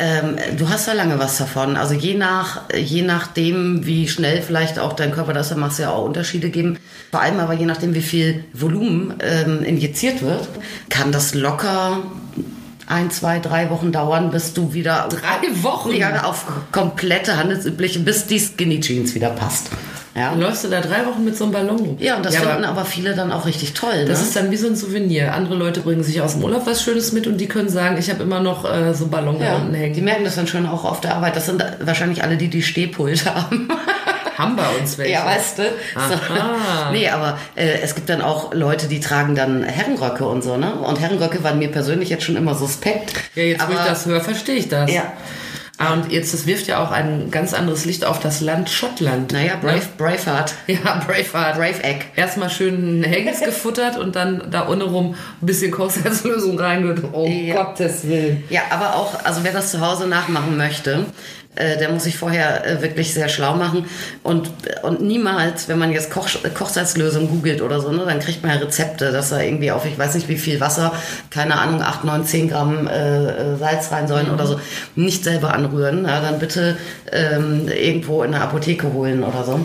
Speaker 3: Ähm, du hast da lange was davon. Also je nach, je nachdem, wie schnell vielleicht auch dein Körper das, dann machst du ja auch Unterschiede geben. Vor allem aber je nachdem, wie viel Volumen ähm, injiziert wird, kann das locker ein, zwei, drei Wochen dauern, bis du wieder
Speaker 2: Drei Wochen?
Speaker 3: ja, auf komplette handelsübliche, bis die Skinny Jeans wieder passt. Ja,
Speaker 2: Dann läufst du da drei Wochen mit so einem Ballon rum.
Speaker 3: ja und das finden
Speaker 2: aber
Speaker 3: aber viele dann auch richtig toll.
Speaker 2: das
Speaker 3: ne?
Speaker 2: ist dann wie so ein Souvenir. Andere Leute bringen sich aus dem Urlaub was Schönes mit und die können sagen, ich habe immer noch äh, so einen Ballon da
Speaker 3: ja,
Speaker 2: unten
Speaker 3: die
Speaker 2: hängen.
Speaker 3: merken das dann schon auch auf der Arbeit. Das sind wahrscheinlich alle, die die Stehpulte haben.
Speaker 2: Haben bei uns welche.
Speaker 3: Ja, weißt du?
Speaker 2: Aha.
Speaker 3: So. Nee, aber äh, es gibt dann auch Leute, die tragen dann Herrenröcke und so, ne? Und Herrenröcke waren mir persönlich jetzt schon immer suspekt.
Speaker 2: Ja, jetzt wo
Speaker 3: aber,
Speaker 2: ich das höre, verstehe ich das.
Speaker 3: Ja.
Speaker 2: Ah, und jetzt, das wirft ja auch ein ganz anderes Licht auf das Land Schottland.
Speaker 3: Naja, Brave, Braveheart.
Speaker 2: Ja, Braveheart.
Speaker 3: Brave Egg.
Speaker 2: Erstmal schön einen Haggis gefuttert und dann da ohne rum ein bisschen Kochsalzlösung reingehört. Oh
Speaker 3: Ja.
Speaker 2: Gottes Willen.
Speaker 3: Ja, aber auch, also wer das zu Hause nachmachen möchte, äh, der muss sich vorher äh, wirklich sehr schlau machen. Und, äh, und niemals, wenn man jetzt Koch, äh, Kochsalzlösung googelt oder so, ne, dann kriegt man ja Rezepte, dass da irgendwie auf, ich weiß nicht wie viel Wasser, keine Ahnung, 8, 9, 10 Gramm äh, äh, Salz rein sollen oder so. Nicht selber anrühren, ja, dann bitte ähm, irgendwo in der Apotheke holen oder so.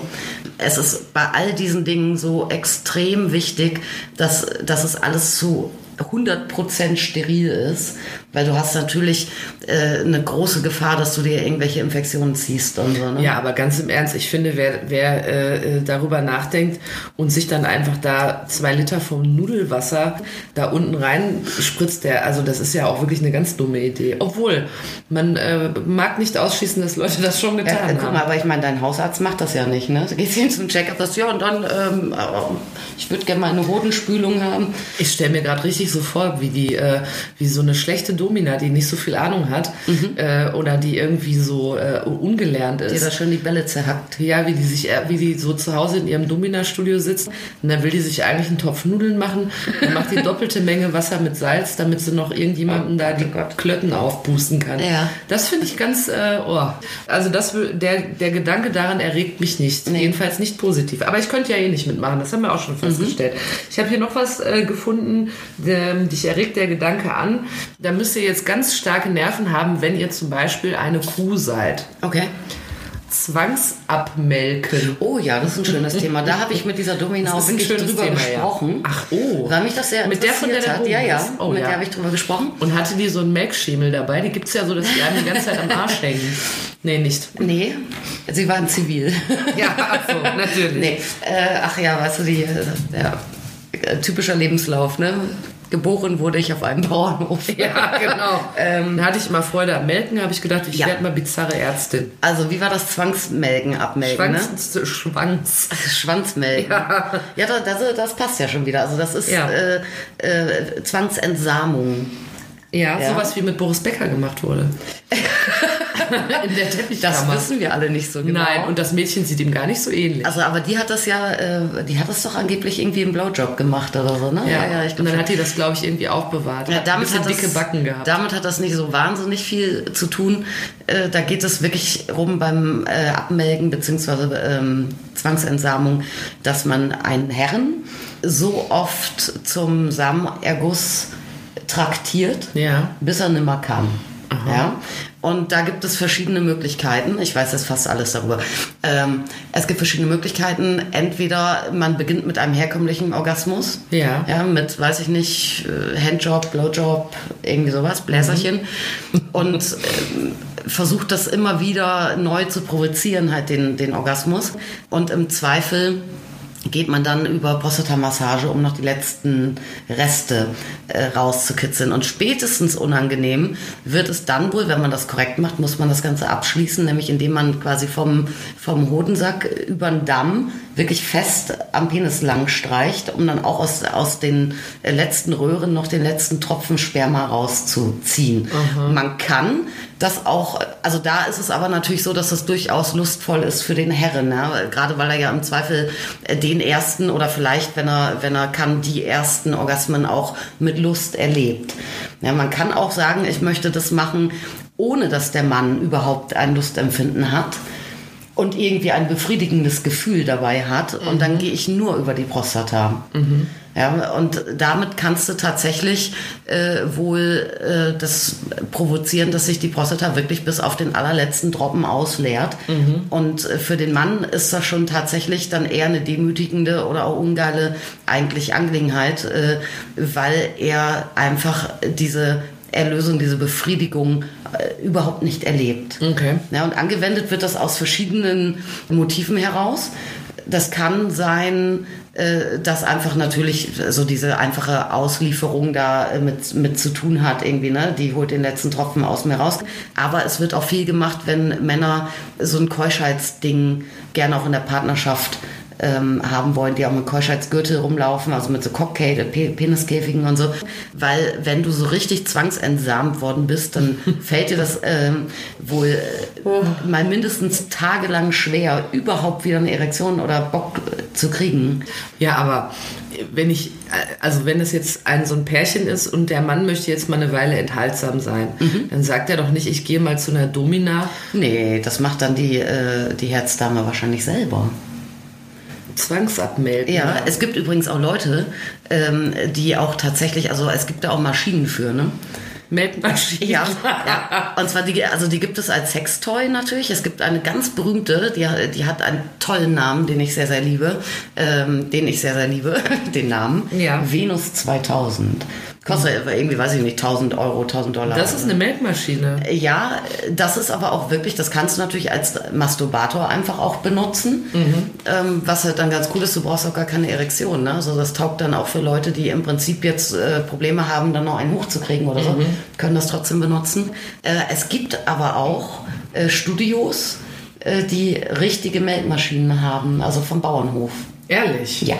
Speaker 3: Es ist bei all diesen Dingen so extrem wichtig, dass, dass es alles zu 100% steril ist, weil du hast natürlich äh, eine große Gefahr, dass du dir irgendwelche Infektionen ziehst und so. Ne?
Speaker 2: Ja, aber ganz im Ernst, ich finde, wer, wer äh, äh, darüber nachdenkt und sich dann einfach da zwei Liter vom Nudelwasser da unten rein spritzt, der, also das ist ja auch wirklich eine ganz dumme Idee. Obwohl, man äh, mag nicht ausschließen, dass Leute das schon getan
Speaker 3: Ja, äh, guck
Speaker 2: haben.
Speaker 3: mal, aber ich meine, dein Hausarzt macht das ja nicht, ne? Du gehst hin zum Check-up, sagst, ja, und dann, ähm, aber ich würde gerne mal eine Hodenspülung haben.
Speaker 2: Ich stelle mir gerade richtig so vor, wie die, äh, wie so eine schlechte Domina, die nicht so viel Ahnung hat äh, oder die irgendwie so äh, ungelernt
Speaker 3: Dir
Speaker 2: ist.
Speaker 3: da schön Mhm. die Bälle zerhackt.
Speaker 2: Ja, wie die sich, äh, wie die so zu Hause in ihrem Domina-Studio sitzt und dann will die sich eigentlich einen Topf Nudeln machen und macht die doppelte Menge Wasser mit Salz, damit sie noch irgendjemandem da die Klötten aufpusten kann.
Speaker 3: Ja.
Speaker 2: Das finde ich ganz, äh, oh. also das, wür- der, der Gedanke daran erregt mich nicht, jedenfalls nicht positiv. Aber ich könnte ja eh nicht mitmachen, das haben wir auch schon festgestellt. Ich habe hier noch was äh, gefunden, ähm, dich erregt der Gedanke an, da müsst ihr jetzt ganz starke Nerven haben, wenn ihr zum Beispiel eine Kuh seid.
Speaker 3: Okay.
Speaker 2: Zwangsabmelken.
Speaker 3: Oh ja, das ist ein schönes Thema. Da habe ich mit dieser Domina auch wirklich drüber gesprochen.
Speaker 2: Ja. Ach oh.
Speaker 3: Weil mich das sehr
Speaker 2: Mit der von der
Speaker 3: interessiert
Speaker 2: du
Speaker 3: hat. Ja, ja.
Speaker 2: bist? Oh,
Speaker 3: mit
Speaker 2: ja.
Speaker 3: der habe ich drüber gesprochen.
Speaker 2: Und hatte die so einen Melkschimmel dabei? Die gibt's ja so, dass die einem die ganze Zeit am Arsch hängen. Nee, nicht.
Speaker 3: Nee, sie waren zivil.
Speaker 2: Ja, ach so, natürlich.
Speaker 3: Nee, äh, ach ja, weißt du, die, äh, ja, äh, typischer Lebenslauf, ne? Geboren wurde ich auf einem Bauernhof.
Speaker 2: Ja, genau.
Speaker 3: ähm,
Speaker 2: Dann hatte ich mal Freude am Melken, habe ich gedacht, ich
Speaker 3: Ja.
Speaker 2: werde mal bizarre Ärztin.
Speaker 3: also, wie war das Zwangsmelken abmelken, ne?
Speaker 2: Schwanz, Schwanz.
Speaker 3: Schwanzmelken.
Speaker 2: Ja.
Speaker 3: ja da- das, das passt ja schon wieder. Also, das ist
Speaker 2: Ja.
Speaker 3: äh, äh, Zwangsentsamung.
Speaker 2: Ja,
Speaker 3: Ja.
Speaker 2: sowas wie mit Boris Becker gemacht wurde. In der
Speaker 3: Das
Speaker 2: Teppichkammer.
Speaker 3: wissen wir alle nicht so genau.
Speaker 2: Nein, und das Mädchen sieht ihm gar nicht so ähnlich.
Speaker 3: also, aber die hat das ja, äh, die hat das doch angeblich irgendwie im Blowjob gemacht oder so, ne? glaub
Speaker 2: und dann
Speaker 3: schon.
Speaker 2: hat die das, glaube ich, irgendwie aufbewahrt.
Speaker 3: Ja,
Speaker 2: Hat ein
Speaker 3: damit
Speaker 2: bisschen
Speaker 3: hat das,
Speaker 2: dicke Backen gehabt.
Speaker 3: Damit hat das nicht so wahnsinnig viel zu tun. Äh, da geht es wirklich rum beim äh, Abmelken bzw. Ähm, Zwangsentsamung, dass man einen Herren so oft zum Samenerguss traktiert,
Speaker 2: Ja.
Speaker 3: bis er nimmer kam. Ja? Und da gibt es verschiedene Möglichkeiten. Ich weiß jetzt fast alles darüber. Ähm, es gibt verschiedene Möglichkeiten. Entweder man beginnt mit einem herkömmlichen Orgasmus.
Speaker 2: Ja.
Speaker 3: Ja, mit, weiß ich nicht, äh, Handjob, Blowjob, irgendwie sowas, Bläserchen. Und ähm, versucht das immer wieder neu zu provozieren, halt den, den Orgasmus. Und im Zweifel geht man dann über Prostatamassage, um noch die letzten Reste äh, rauszukitzeln. Und spätestens unangenehm wird es dann wohl, wenn man das korrekt macht, muss man das Ganze abschließen, nämlich indem man quasi vom, vom Hodensack über den Damm wirklich fest am Penis lang streicht, um dann auch aus, aus den äh, letzten Röhren noch den letzten Tropfen Sperma rauszuziehen. Man kann das auch, also da ist es aber natürlich so, dass das durchaus lustvoll ist für den Herren, ne? gerade weil er ja im Zweifel äh, den ersten oder vielleicht, wenn er, wenn er kann, die ersten Orgasmen auch mit Lust erlebt. Ja, man kann auch sagen, ich möchte das machen, ohne dass der Mann überhaupt ein Lustempfinden hat und irgendwie ein befriedigendes Gefühl dabei hat und dann gehe ich nur über die Prostata. Mhm. Ja, und damit kannst du tatsächlich äh, wohl äh, das provozieren, dass sich die Prostata wirklich bis auf den allerletzten Droppen ausleert. Mhm. Und äh, für den Mann ist das schon tatsächlich dann eher eine demütigende oder auch ungeile eigentlich Angelegenheit, äh, weil er einfach diese Erlösung, diese Befriedigung äh, überhaupt nicht erlebt.
Speaker 2: Okay.
Speaker 3: Ja, und angewendet wird das aus verschiedenen Motiven heraus. Das kann sein, äh, dass einfach natürlich äh, so diese einfache Auslieferung da äh, mit, mit zu tun hat irgendwie, ne? Die holt den letzten Tropfen aus mir raus. Aber es wird auch viel gemacht, wenn Männer so ein Keuschheitsding gerne auch in der Partnerschaft ähm, haben wollen, die auch mit Keuschheitsgürtel rumlaufen, also mit so Cockcade, Pe Peniskäfigen und so. Weil wenn du so richtig zwangsentsamt worden bist, dann fällt dir das ähm, wohl äh, mal mindestens tagelang schwer, überhaupt wieder eine Erektion oder Bock äh, zu kriegen.
Speaker 2: Ja, aber wenn ich, also wenn es jetzt ein so ein Pärchen ist und der Mann möchte jetzt mal eine Weile enthaltsam sein,
Speaker 3: Mhm.
Speaker 2: dann sagt er doch nicht, ich gehe mal zu einer Domina.
Speaker 3: Nee, das macht dann die, äh, die Herzdame wahrscheinlich selber.
Speaker 2: Zwangsabmelden. ne?
Speaker 3: Ja, es gibt übrigens auch Leute, ähm, die auch tatsächlich, also es gibt da auch Maschinen für, ne?
Speaker 2: Meldmaschine.
Speaker 3: Ja, ja. Und zwar die, also die gibt es als Sextoy natürlich. Es gibt eine ganz berühmte, die, die hat einen tollen Namen, den ich sehr, sehr liebe. Ähm, den ich sehr, sehr liebe, den Namen.
Speaker 2: Ja. Mhm.
Speaker 3: Venus 2000. Kostet aber irgendwie, weiß ich nicht, 1000 Euro, 1000 Dollar.
Speaker 2: Das ist eine Meldmaschine.
Speaker 3: Ja, das ist aber auch wirklich, das kannst du natürlich als Masturbator einfach auch benutzen.
Speaker 2: Mhm.
Speaker 3: Ähm, was halt dann ganz cool ist, du brauchst auch gar keine Erektion. Ne? Also das taugt dann auch für Leute, die im Prinzip jetzt äh, Probleme haben, dann noch einen hochzukriegen oder
Speaker 2: Mhm.
Speaker 3: so, können das trotzdem benutzen. Äh, es gibt aber auch äh, Studios, äh, die richtige Melkmaschinen haben, also vom Bauernhof.
Speaker 2: Ehrlich.
Speaker 3: Ja.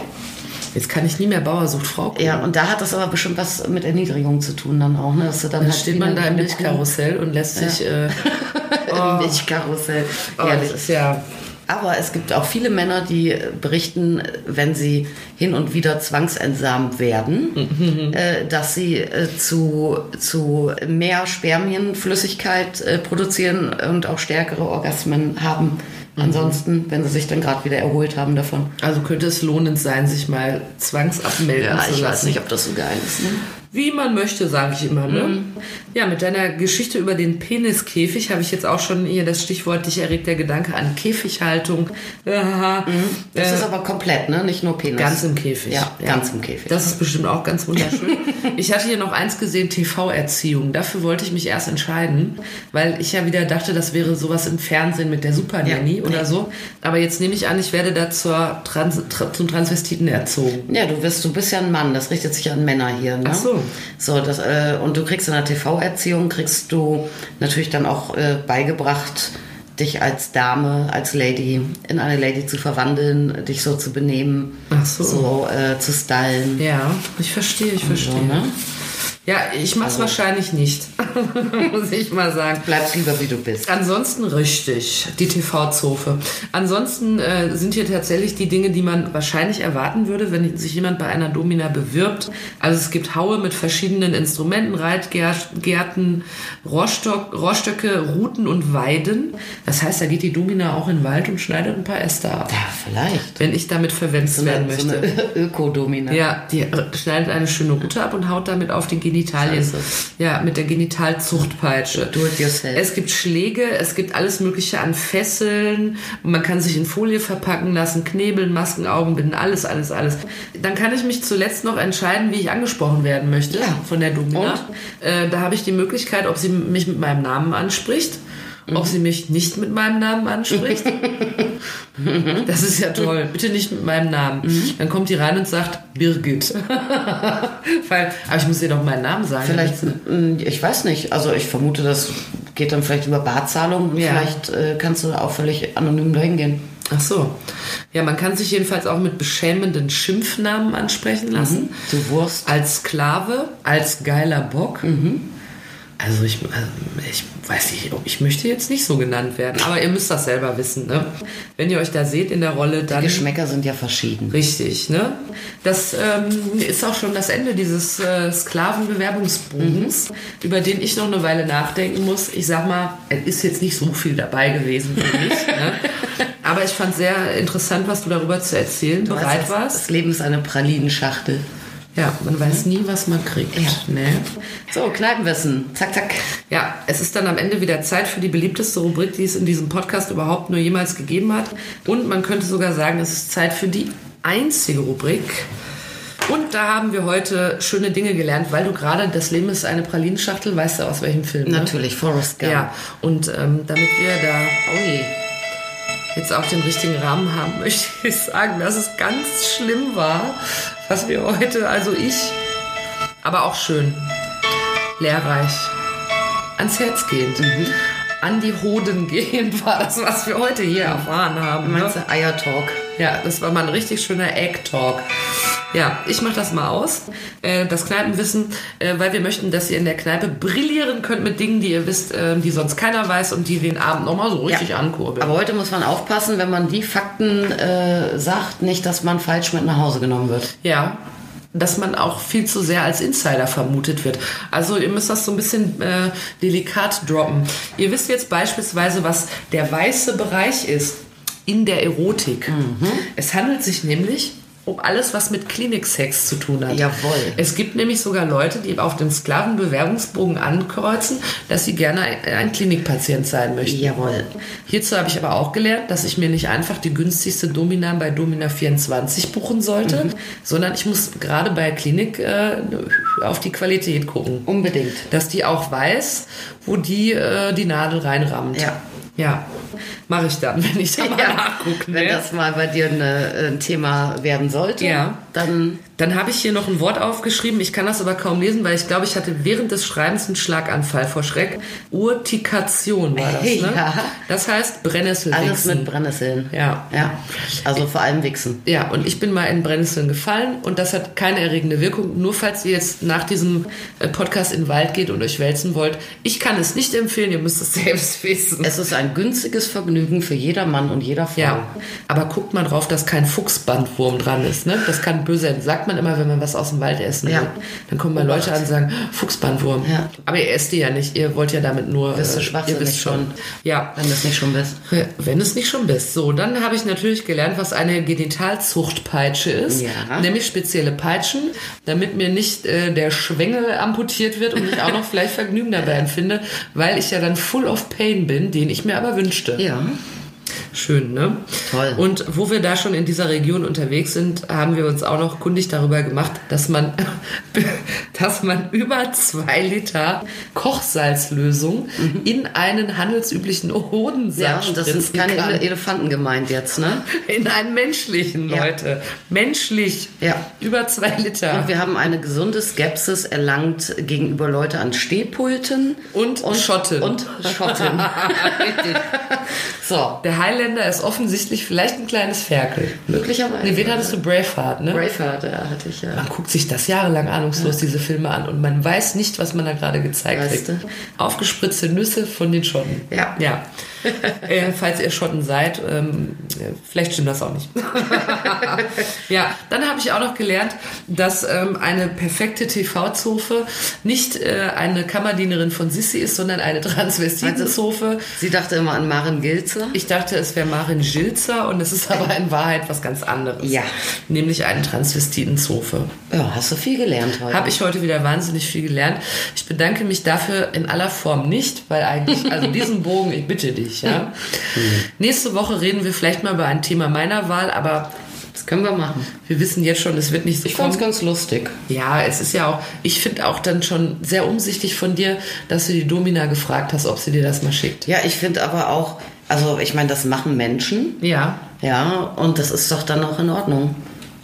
Speaker 2: Jetzt kann ich nie mehr Bauer sucht Frau gucken.
Speaker 3: Ja, und da hat das aber bestimmt was mit Erniedrigung zu tun dann auch. Ne? Dass du dann
Speaker 2: Dann
Speaker 3: halt
Speaker 2: steht
Speaker 3: wie
Speaker 2: man
Speaker 3: eine-
Speaker 2: da im
Speaker 3: eine Kuh-
Speaker 2: Milchkarussell und lässt sich. Äh,
Speaker 3: Im Milchkarussell.
Speaker 2: oh,
Speaker 3: Ehrlich.
Speaker 2: das ist ja.
Speaker 3: Aber es gibt auch viele Männer, die berichten, wenn sie hin und wieder zwangsentsamt werden,
Speaker 2: Mhm.
Speaker 3: äh, dass sie äh, zu, zu mehr Spermienflüssigkeit äh, produzieren und auch stärkere Orgasmen haben.
Speaker 2: Mhm.
Speaker 3: Ansonsten, wenn sie sich dann gerade wieder erholt haben davon.
Speaker 2: Also könnte es lohnend sein, sich mal zwangsabmelden zu lassen.
Speaker 3: ob das so geil ist. ne?
Speaker 2: Wie man möchte, sage ich immer. Ne?
Speaker 3: Mhm.
Speaker 2: Ja, mit deiner Geschichte über den Peniskäfig habe ich jetzt auch schon hier das Stichwort, dich erregt der Gedanke an Käfighaltung. Aha.
Speaker 3: Mhm. Das
Speaker 2: Äh,
Speaker 3: ist aber komplett, ne? Nicht nur Penis.
Speaker 2: Ganz im Käfig.
Speaker 3: Ja, ganz im Käfig.
Speaker 2: Das ist bestimmt auch ganz wunderschön. ich hatte hier noch eins gesehen, TV-Erziehung. Dafür wollte ich mich erst entscheiden, weil ich ja wieder dachte, das wäre sowas im Fernsehen mit der Super Nanny
Speaker 3: Ja.
Speaker 2: oder so. Aber jetzt nehme ich an, ich werde da zur Trans tra zum Transvestiten erzogen.
Speaker 3: Ja, du bist, du bist ja ein Mann, das richtet sich an Männer hier. Ne?
Speaker 2: Ach so.
Speaker 3: So, das, äh, und du kriegst in der TV-Erziehung, kriegst du natürlich dann auch äh, beigebracht, dich als Dame, als Lady, in eine Lady zu verwandeln, dich so zu benehmen,
Speaker 2: Ach so.
Speaker 3: so äh, zu stylen.
Speaker 2: Ja, ich verstehe, ich verstehe.
Speaker 3: So, ne?
Speaker 2: Ja, ich
Speaker 3: Also-
Speaker 2: mach's wahrscheinlich nicht, muss ich mal sagen.
Speaker 3: Bleibst lieber, wie du bist.
Speaker 2: Ansonsten richtig, die TV-Zofe. Ansonsten äh, sind hier tatsächlich die Dinge, die man wahrscheinlich erwarten würde, wenn sich jemand bei einer Domina bewirbt. Also es gibt Haue mit verschiedenen Instrumenten, Reitgärten, Rohrstock, Rohrstöcke, Ruten und Weiden. Das heißt, da geht die Domina auch in den Wald und schneidet ein paar Äste ab.
Speaker 3: Ja, vielleicht.
Speaker 2: Wenn ich damit verwendet werden möchte.
Speaker 3: So eine Ökodomina.
Speaker 2: Ja, die äh, schneidet eine schöne Rute ab und haut damit auf die Genitalien. Ja, mit der Genitalzuchtpeitsche.
Speaker 3: Do it yourself.
Speaker 2: Es gibt Schläge, es gibt alles Mögliche an Fesseln. Man kann sich in Folie verpacken lassen, Knebeln, Masken, Augenbinden, alles, alles, alles. Dann kann ich mich zuletzt noch entscheiden, wie ich angesprochen werden möchte
Speaker 3: Ja.
Speaker 2: von der Domina.
Speaker 3: Und?
Speaker 2: Äh, da habe ich die Möglichkeit, ob sie mich mit meinem Namen anspricht.
Speaker 3: Mhm.
Speaker 2: Ob sie mich nicht mit meinem Namen anspricht. Das ist ja toll. Mhm. Bitte nicht mit meinem Namen. Dann kommt die rein und sagt Birgit. Weil, aber ich muss ihr doch meinen Namen sagen.
Speaker 3: Vielleicht, mh, ich weiß nicht. Also ich vermute, das geht dann vielleicht über Barzahlung und
Speaker 2: Ja.
Speaker 3: vielleicht äh, kannst du auch völlig anonym dahin gehen.
Speaker 2: Ach so. Ja, man kann sich jedenfalls auch mit beschämenden Schimpfnamen Mhm. ansprechen lassen.
Speaker 3: Du Wurst.
Speaker 2: Mhm. Als Sklave, als geiler Bock. Also ich, also ich weiß nicht, ob ich möchte jetzt nicht so genannt werden, aber ihr müsst das selber wissen. Ne? Wenn ihr euch da seht in der Rolle, dann
Speaker 3: Geschmäcker sind ja verschieden.
Speaker 2: richtig. Ne? Das ähm, ist auch schon das Ende dieses äh, Sklavenbewerbungsbogens, über den ich noch eine Weile nachdenken muss. Ich sag mal, es ist jetzt nicht so viel dabei gewesen für mich. ne? Aber ich fand sehr interessant, was du darüber zu erzählen bereit
Speaker 3: Weißt du,
Speaker 2: warst.
Speaker 3: Das Leben ist eine Pralinenschachtel.
Speaker 2: Ja, man weiß nie, was man kriegt.
Speaker 3: Mhm. Ja.
Speaker 2: Ne?
Speaker 3: So, Kneipenwissen. Zack, zack.
Speaker 2: Ja, es ist dann am Ende wieder Zeit für die beliebteste Rubrik, die es in diesem Podcast überhaupt nur jemals gegeben hat. Und man könnte sogar sagen, es ist Zeit für die einzige Rubrik. Und da haben wir heute schöne Dinge gelernt, weil du gerade das Leben ist eine Pralinenschachtel, weißt du aus welchem Film? Ne?
Speaker 3: Natürlich, Forrest Gump.
Speaker 2: Ja, und ähm, damit wir da
Speaker 3: Oh je.
Speaker 2: jetzt auch den richtigen Rahmen haben, möchte ich sagen, dass es ganz schlimm war, was wir heute, also ich, aber auch schön, lehrreich, ans Herz gehend,
Speaker 3: Mhm.
Speaker 2: an die Hoden gehend war das, was wir heute hier erfahren haben. Ne?
Speaker 3: Meinst du Eiertalk?
Speaker 2: Ja, das war mal ein richtig schöner Egg-Talk. Ja, ich mach das mal aus, äh, das Kneipenwissen, äh, weil wir möchten, dass ihr in der Kneipe brillieren könnt mit Dingen, die ihr wisst, äh, die sonst keiner weiß und die den Abend nochmal so richtig ankurbeln.
Speaker 3: Aber heute muss man aufpassen, wenn man die Fakten äh, sagt, nicht, dass man falsch mit nach Hause genommen wird.
Speaker 2: Ja, dass man auch viel zu sehr als Insider vermutet wird. Also ihr müsst das so ein bisschen äh, delikat droppen. Ihr wisst jetzt beispielsweise, was der weiße Bereich ist in der Erotik. Es handelt sich nämlich um alles, was mit Kliniksex zu tun hat.
Speaker 3: Jawohl.
Speaker 2: Es gibt nämlich sogar Leute, die auf dem Sklavenbewerbungsbogen ankreuzen, dass sie gerne ein- ein Klinikpatient sein möchten.
Speaker 3: Jawohl.
Speaker 2: Hierzu habe ich aber auch gelernt, dass ich mir nicht einfach die günstigste Domina bei Domina 24 buchen sollte,
Speaker 3: Mhm.
Speaker 2: sondern ich muss gerade bei Klinik äh, auf die Qualität gucken.
Speaker 3: Unbedingt.
Speaker 2: Dass die auch weiß, wo die äh, die Nadel reinrammt.
Speaker 3: Ja.
Speaker 2: Ja, mache ich dann, wenn ich da mal nachgucke.
Speaker 3: Wenn
Speaker 2: ne?
Speaker 3: das mal bei dir eine, äh, ein Thema werden sollte,
Speaker 2: Ja.
Speaker 3: dann
Speaker 2: Dann habe ich hier noch ein Wort aufgeschrieben. Ich kann das aber kaum lesen, weil ich glaube, ich hatte während des Schreibens einen Schlaganfall vor Schreck. Urtikation war das, ne?
Speaker 3: Ja.
Speaker 2: Das heißt Brennnessel.
Speaker 3: alles mit Brennnesseln.
Speaker 2: Ja.
Speaker 3: ja. Also vor allem Wichsen.
Speaker 2: Ja, und ich bin mal in Brennnesseln gefallen und das hat keine erregende Wirkung. Nur falls ihr jetzt nach diesem äh, Podcast in den Wald geht und euch wälzen wollt. Ich kann es nicht empfehlen, ihr müsst es selbst wissen.
Speaker 3: Es ist ein günstiges Vergnügen für jeder Mann und jeder Frau.
Speaker 2: Ja, aber guckt mal drauf, dass kein Fuchsbandwurm dran ist. Ne? Das kann böse sein. Sagt man immer, wenn man was aus dem Wald essen
Speaker 3: Ja.
Speaker 2: will. Dann kommen mal Leute an und sagen, Fuchsbandwurm.
Speaker 3: Ja.
Speaker 2: Aber ihr esst die ja nicht. Ihr wollt ja damit nur...
Speaker 3: Bist du
Speaker 2: äh,
Speaker 3: schwachsinnig
Speaker 2: ihr wisst
Speaker 3: schon.
Speaker 2: Ja.
Speaker 3: Wenn du es nicht schon bist.
Speaker 2: Wenn es nicht schon bist. So, dann habe ich natürlich gelernt, was eine Genitalzuchtpeitsche ist.
Speaker 3: Ja.
Speaker 2: Nämlich spezielle Peitschen, damit mir nicht äh, der Schwengel amputiert wird und ich auch noch vielleicht Vergnügen dabei empfinde, weil ich ja dann full of pain bin, den ich mir aber wünschte.
Speaker 3: Ja.
Speaker 2: Schön, ne?
Speaker 3: Toll.
Speaker 2: Und wo wir da schon in dieser Region unterwegs sind, haben wir uns auch noch kundig darüber gemacht, dass man, dass man über zwei Liter Kochsalzlösung in einen handelsüblichen
Speaker 3: Mhm. Ja,
Speaker 2: Hodensaft
Speaker 3: und das sind
Speaker 2: spritzen
Speaker 3: keine
Speaker 2: kann.
Speaker 3: Ele- Elefanten gemeint jetzt, ne?
Speaker 2: In einen menschlichen,
Speaker 3: Ja.
Speaker 2: Leute. Menschlich.
Speaker 3: Ja.
Speaker 2: Über zwei Liter.
Speaker 3: Und wir haben eine gesunde Skepsis erlangt gegenüber Leute an Stehpulten
Speaker 2: Und Schotten.
Speaker 3: Und Schotten.
Speaker 2: Richtig.
Speaker 3: so,
Speaker 2: Der Highlander ist offensichtlich vielleicht ein kleines Ferkel.
Speaker 3: möglicherweise.
Speaker 2: Nee, wen hattest du? Braveheart, ne?
Speaker 3: Braveheart, ja, hatte ich ja.
Speaker 2: Man guckt sich das jahrelang ahnungslos diese Filme an und man weiß nicht, was man da gerade gezeigt
Speaker 3: Weißt
Speaker 2: kriegt.
Speaker 3: du?
Speaker 2: Aufgespritzte Nüsse von den Schotten.
Speaker 3: Ja.
Speaker 2: Ja. äh, falls ihr Schotten seid, ähm, äh, vielleicht stimmt das auch nicht. ja, dann habe ich auch noch gelernt, dass ähm, eine perfekte TV-Zofe nicht äh, eine Kammerdienerin von Sissi ist, sondern eine Transvestiten-Zofe.
Speaker 3: Sie dachte immer an Maren Gilzer.
Speaker 2: Ich dachte, es wäre Marin Gilzer und es ist aber in Wahrheit was ganz anderes.
Speaker 3: Ja.
Speaker 2: Nämlich eine Transvestiten-Zofe.
Speaker 3: Ja, hast du viel gelernt heute.
Speaker 2: Habe ich heute wieder wahnsinnig viel gelernt. Ich bedanke mich dafür in aller Form nicht, weil eigentlich, also diesen Bogen, ich bitte dich, ja. Nächste Woche reden wir vielleicht mal über ein Thema meiner Wahl, aber
Speaker 3: Das können wir machen.
Speaker 2: wir wissen jetzt schon, es wird nicht so
Speaker 3: Ich fand's
Speaker 2: kommen.
Speaker 3: ganz lustig.
Speaker 2: Ja, es ist ja auch, ich finde auch dann schon sehr umsichtig von dir, dass du die Domina gefragt hast, ob sie dir das mal schickt.
Speaker 3: Ja, ich finde aber auch, also ich meine, das machen Menschen.
Speaker 2: Ja.
Speaker 3: Ja, und das ist doch dann auch in Ordnung.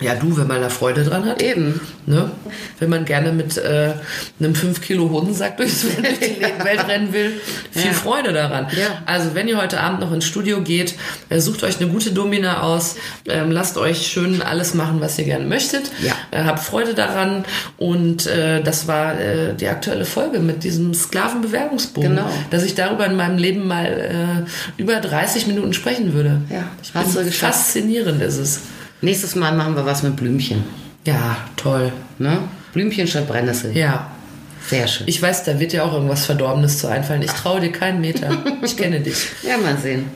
Speaker 2: Ja, du, wenn man da Freude dran hat.
Speaker 3: Eben.
Speaker 2: Ne? Wenn man gerne mit äh, einem 5 Kilo Hodensack durch die Welt rennen will, Viel Freude daran.
Speaker 3: Ja.
Speaker 2: Also wenn ihr heute Abend noch ins Studio geht, äh, sucht euch eine gute Domina aus, ähm, lasst euch schön alles machen, was ihr gerne möchtet.
Speaker 3: Ja.
Speaker 2: Äh, habt Freude daran. Und äh, das war äh, die aktuelle Folge mit diesem Sklavenbewerbungsbogen,
Speaker 3: Genau.
Speaker 2: dass ich darüber in meinem Leben mal äh, über 30 Minuten sprechen würde.
Speaker 3: Ja.
Speaker 2: Ich
Speaker 3: Hast
Speaker 2: bin-
Speaker 3: du geschafft.
Speaker 2: faszinierend ist es.
Speaker 3: Nächstes Mal machen wir was mit Blümchen.
Speaker 2: Ja, toll.
Speaker 3: Ne? Blümchen statt Brennnessel.
Speaker 2: Ja.
Speaker 3: Sehr schön.
Speaker 2: Ich weiß, da wird dir auch irgendwas Verdorbenes zu einfallen. Ich traue dir keinen Meter. Ich kenne dich.
Speaker 3: ja, mal sehen.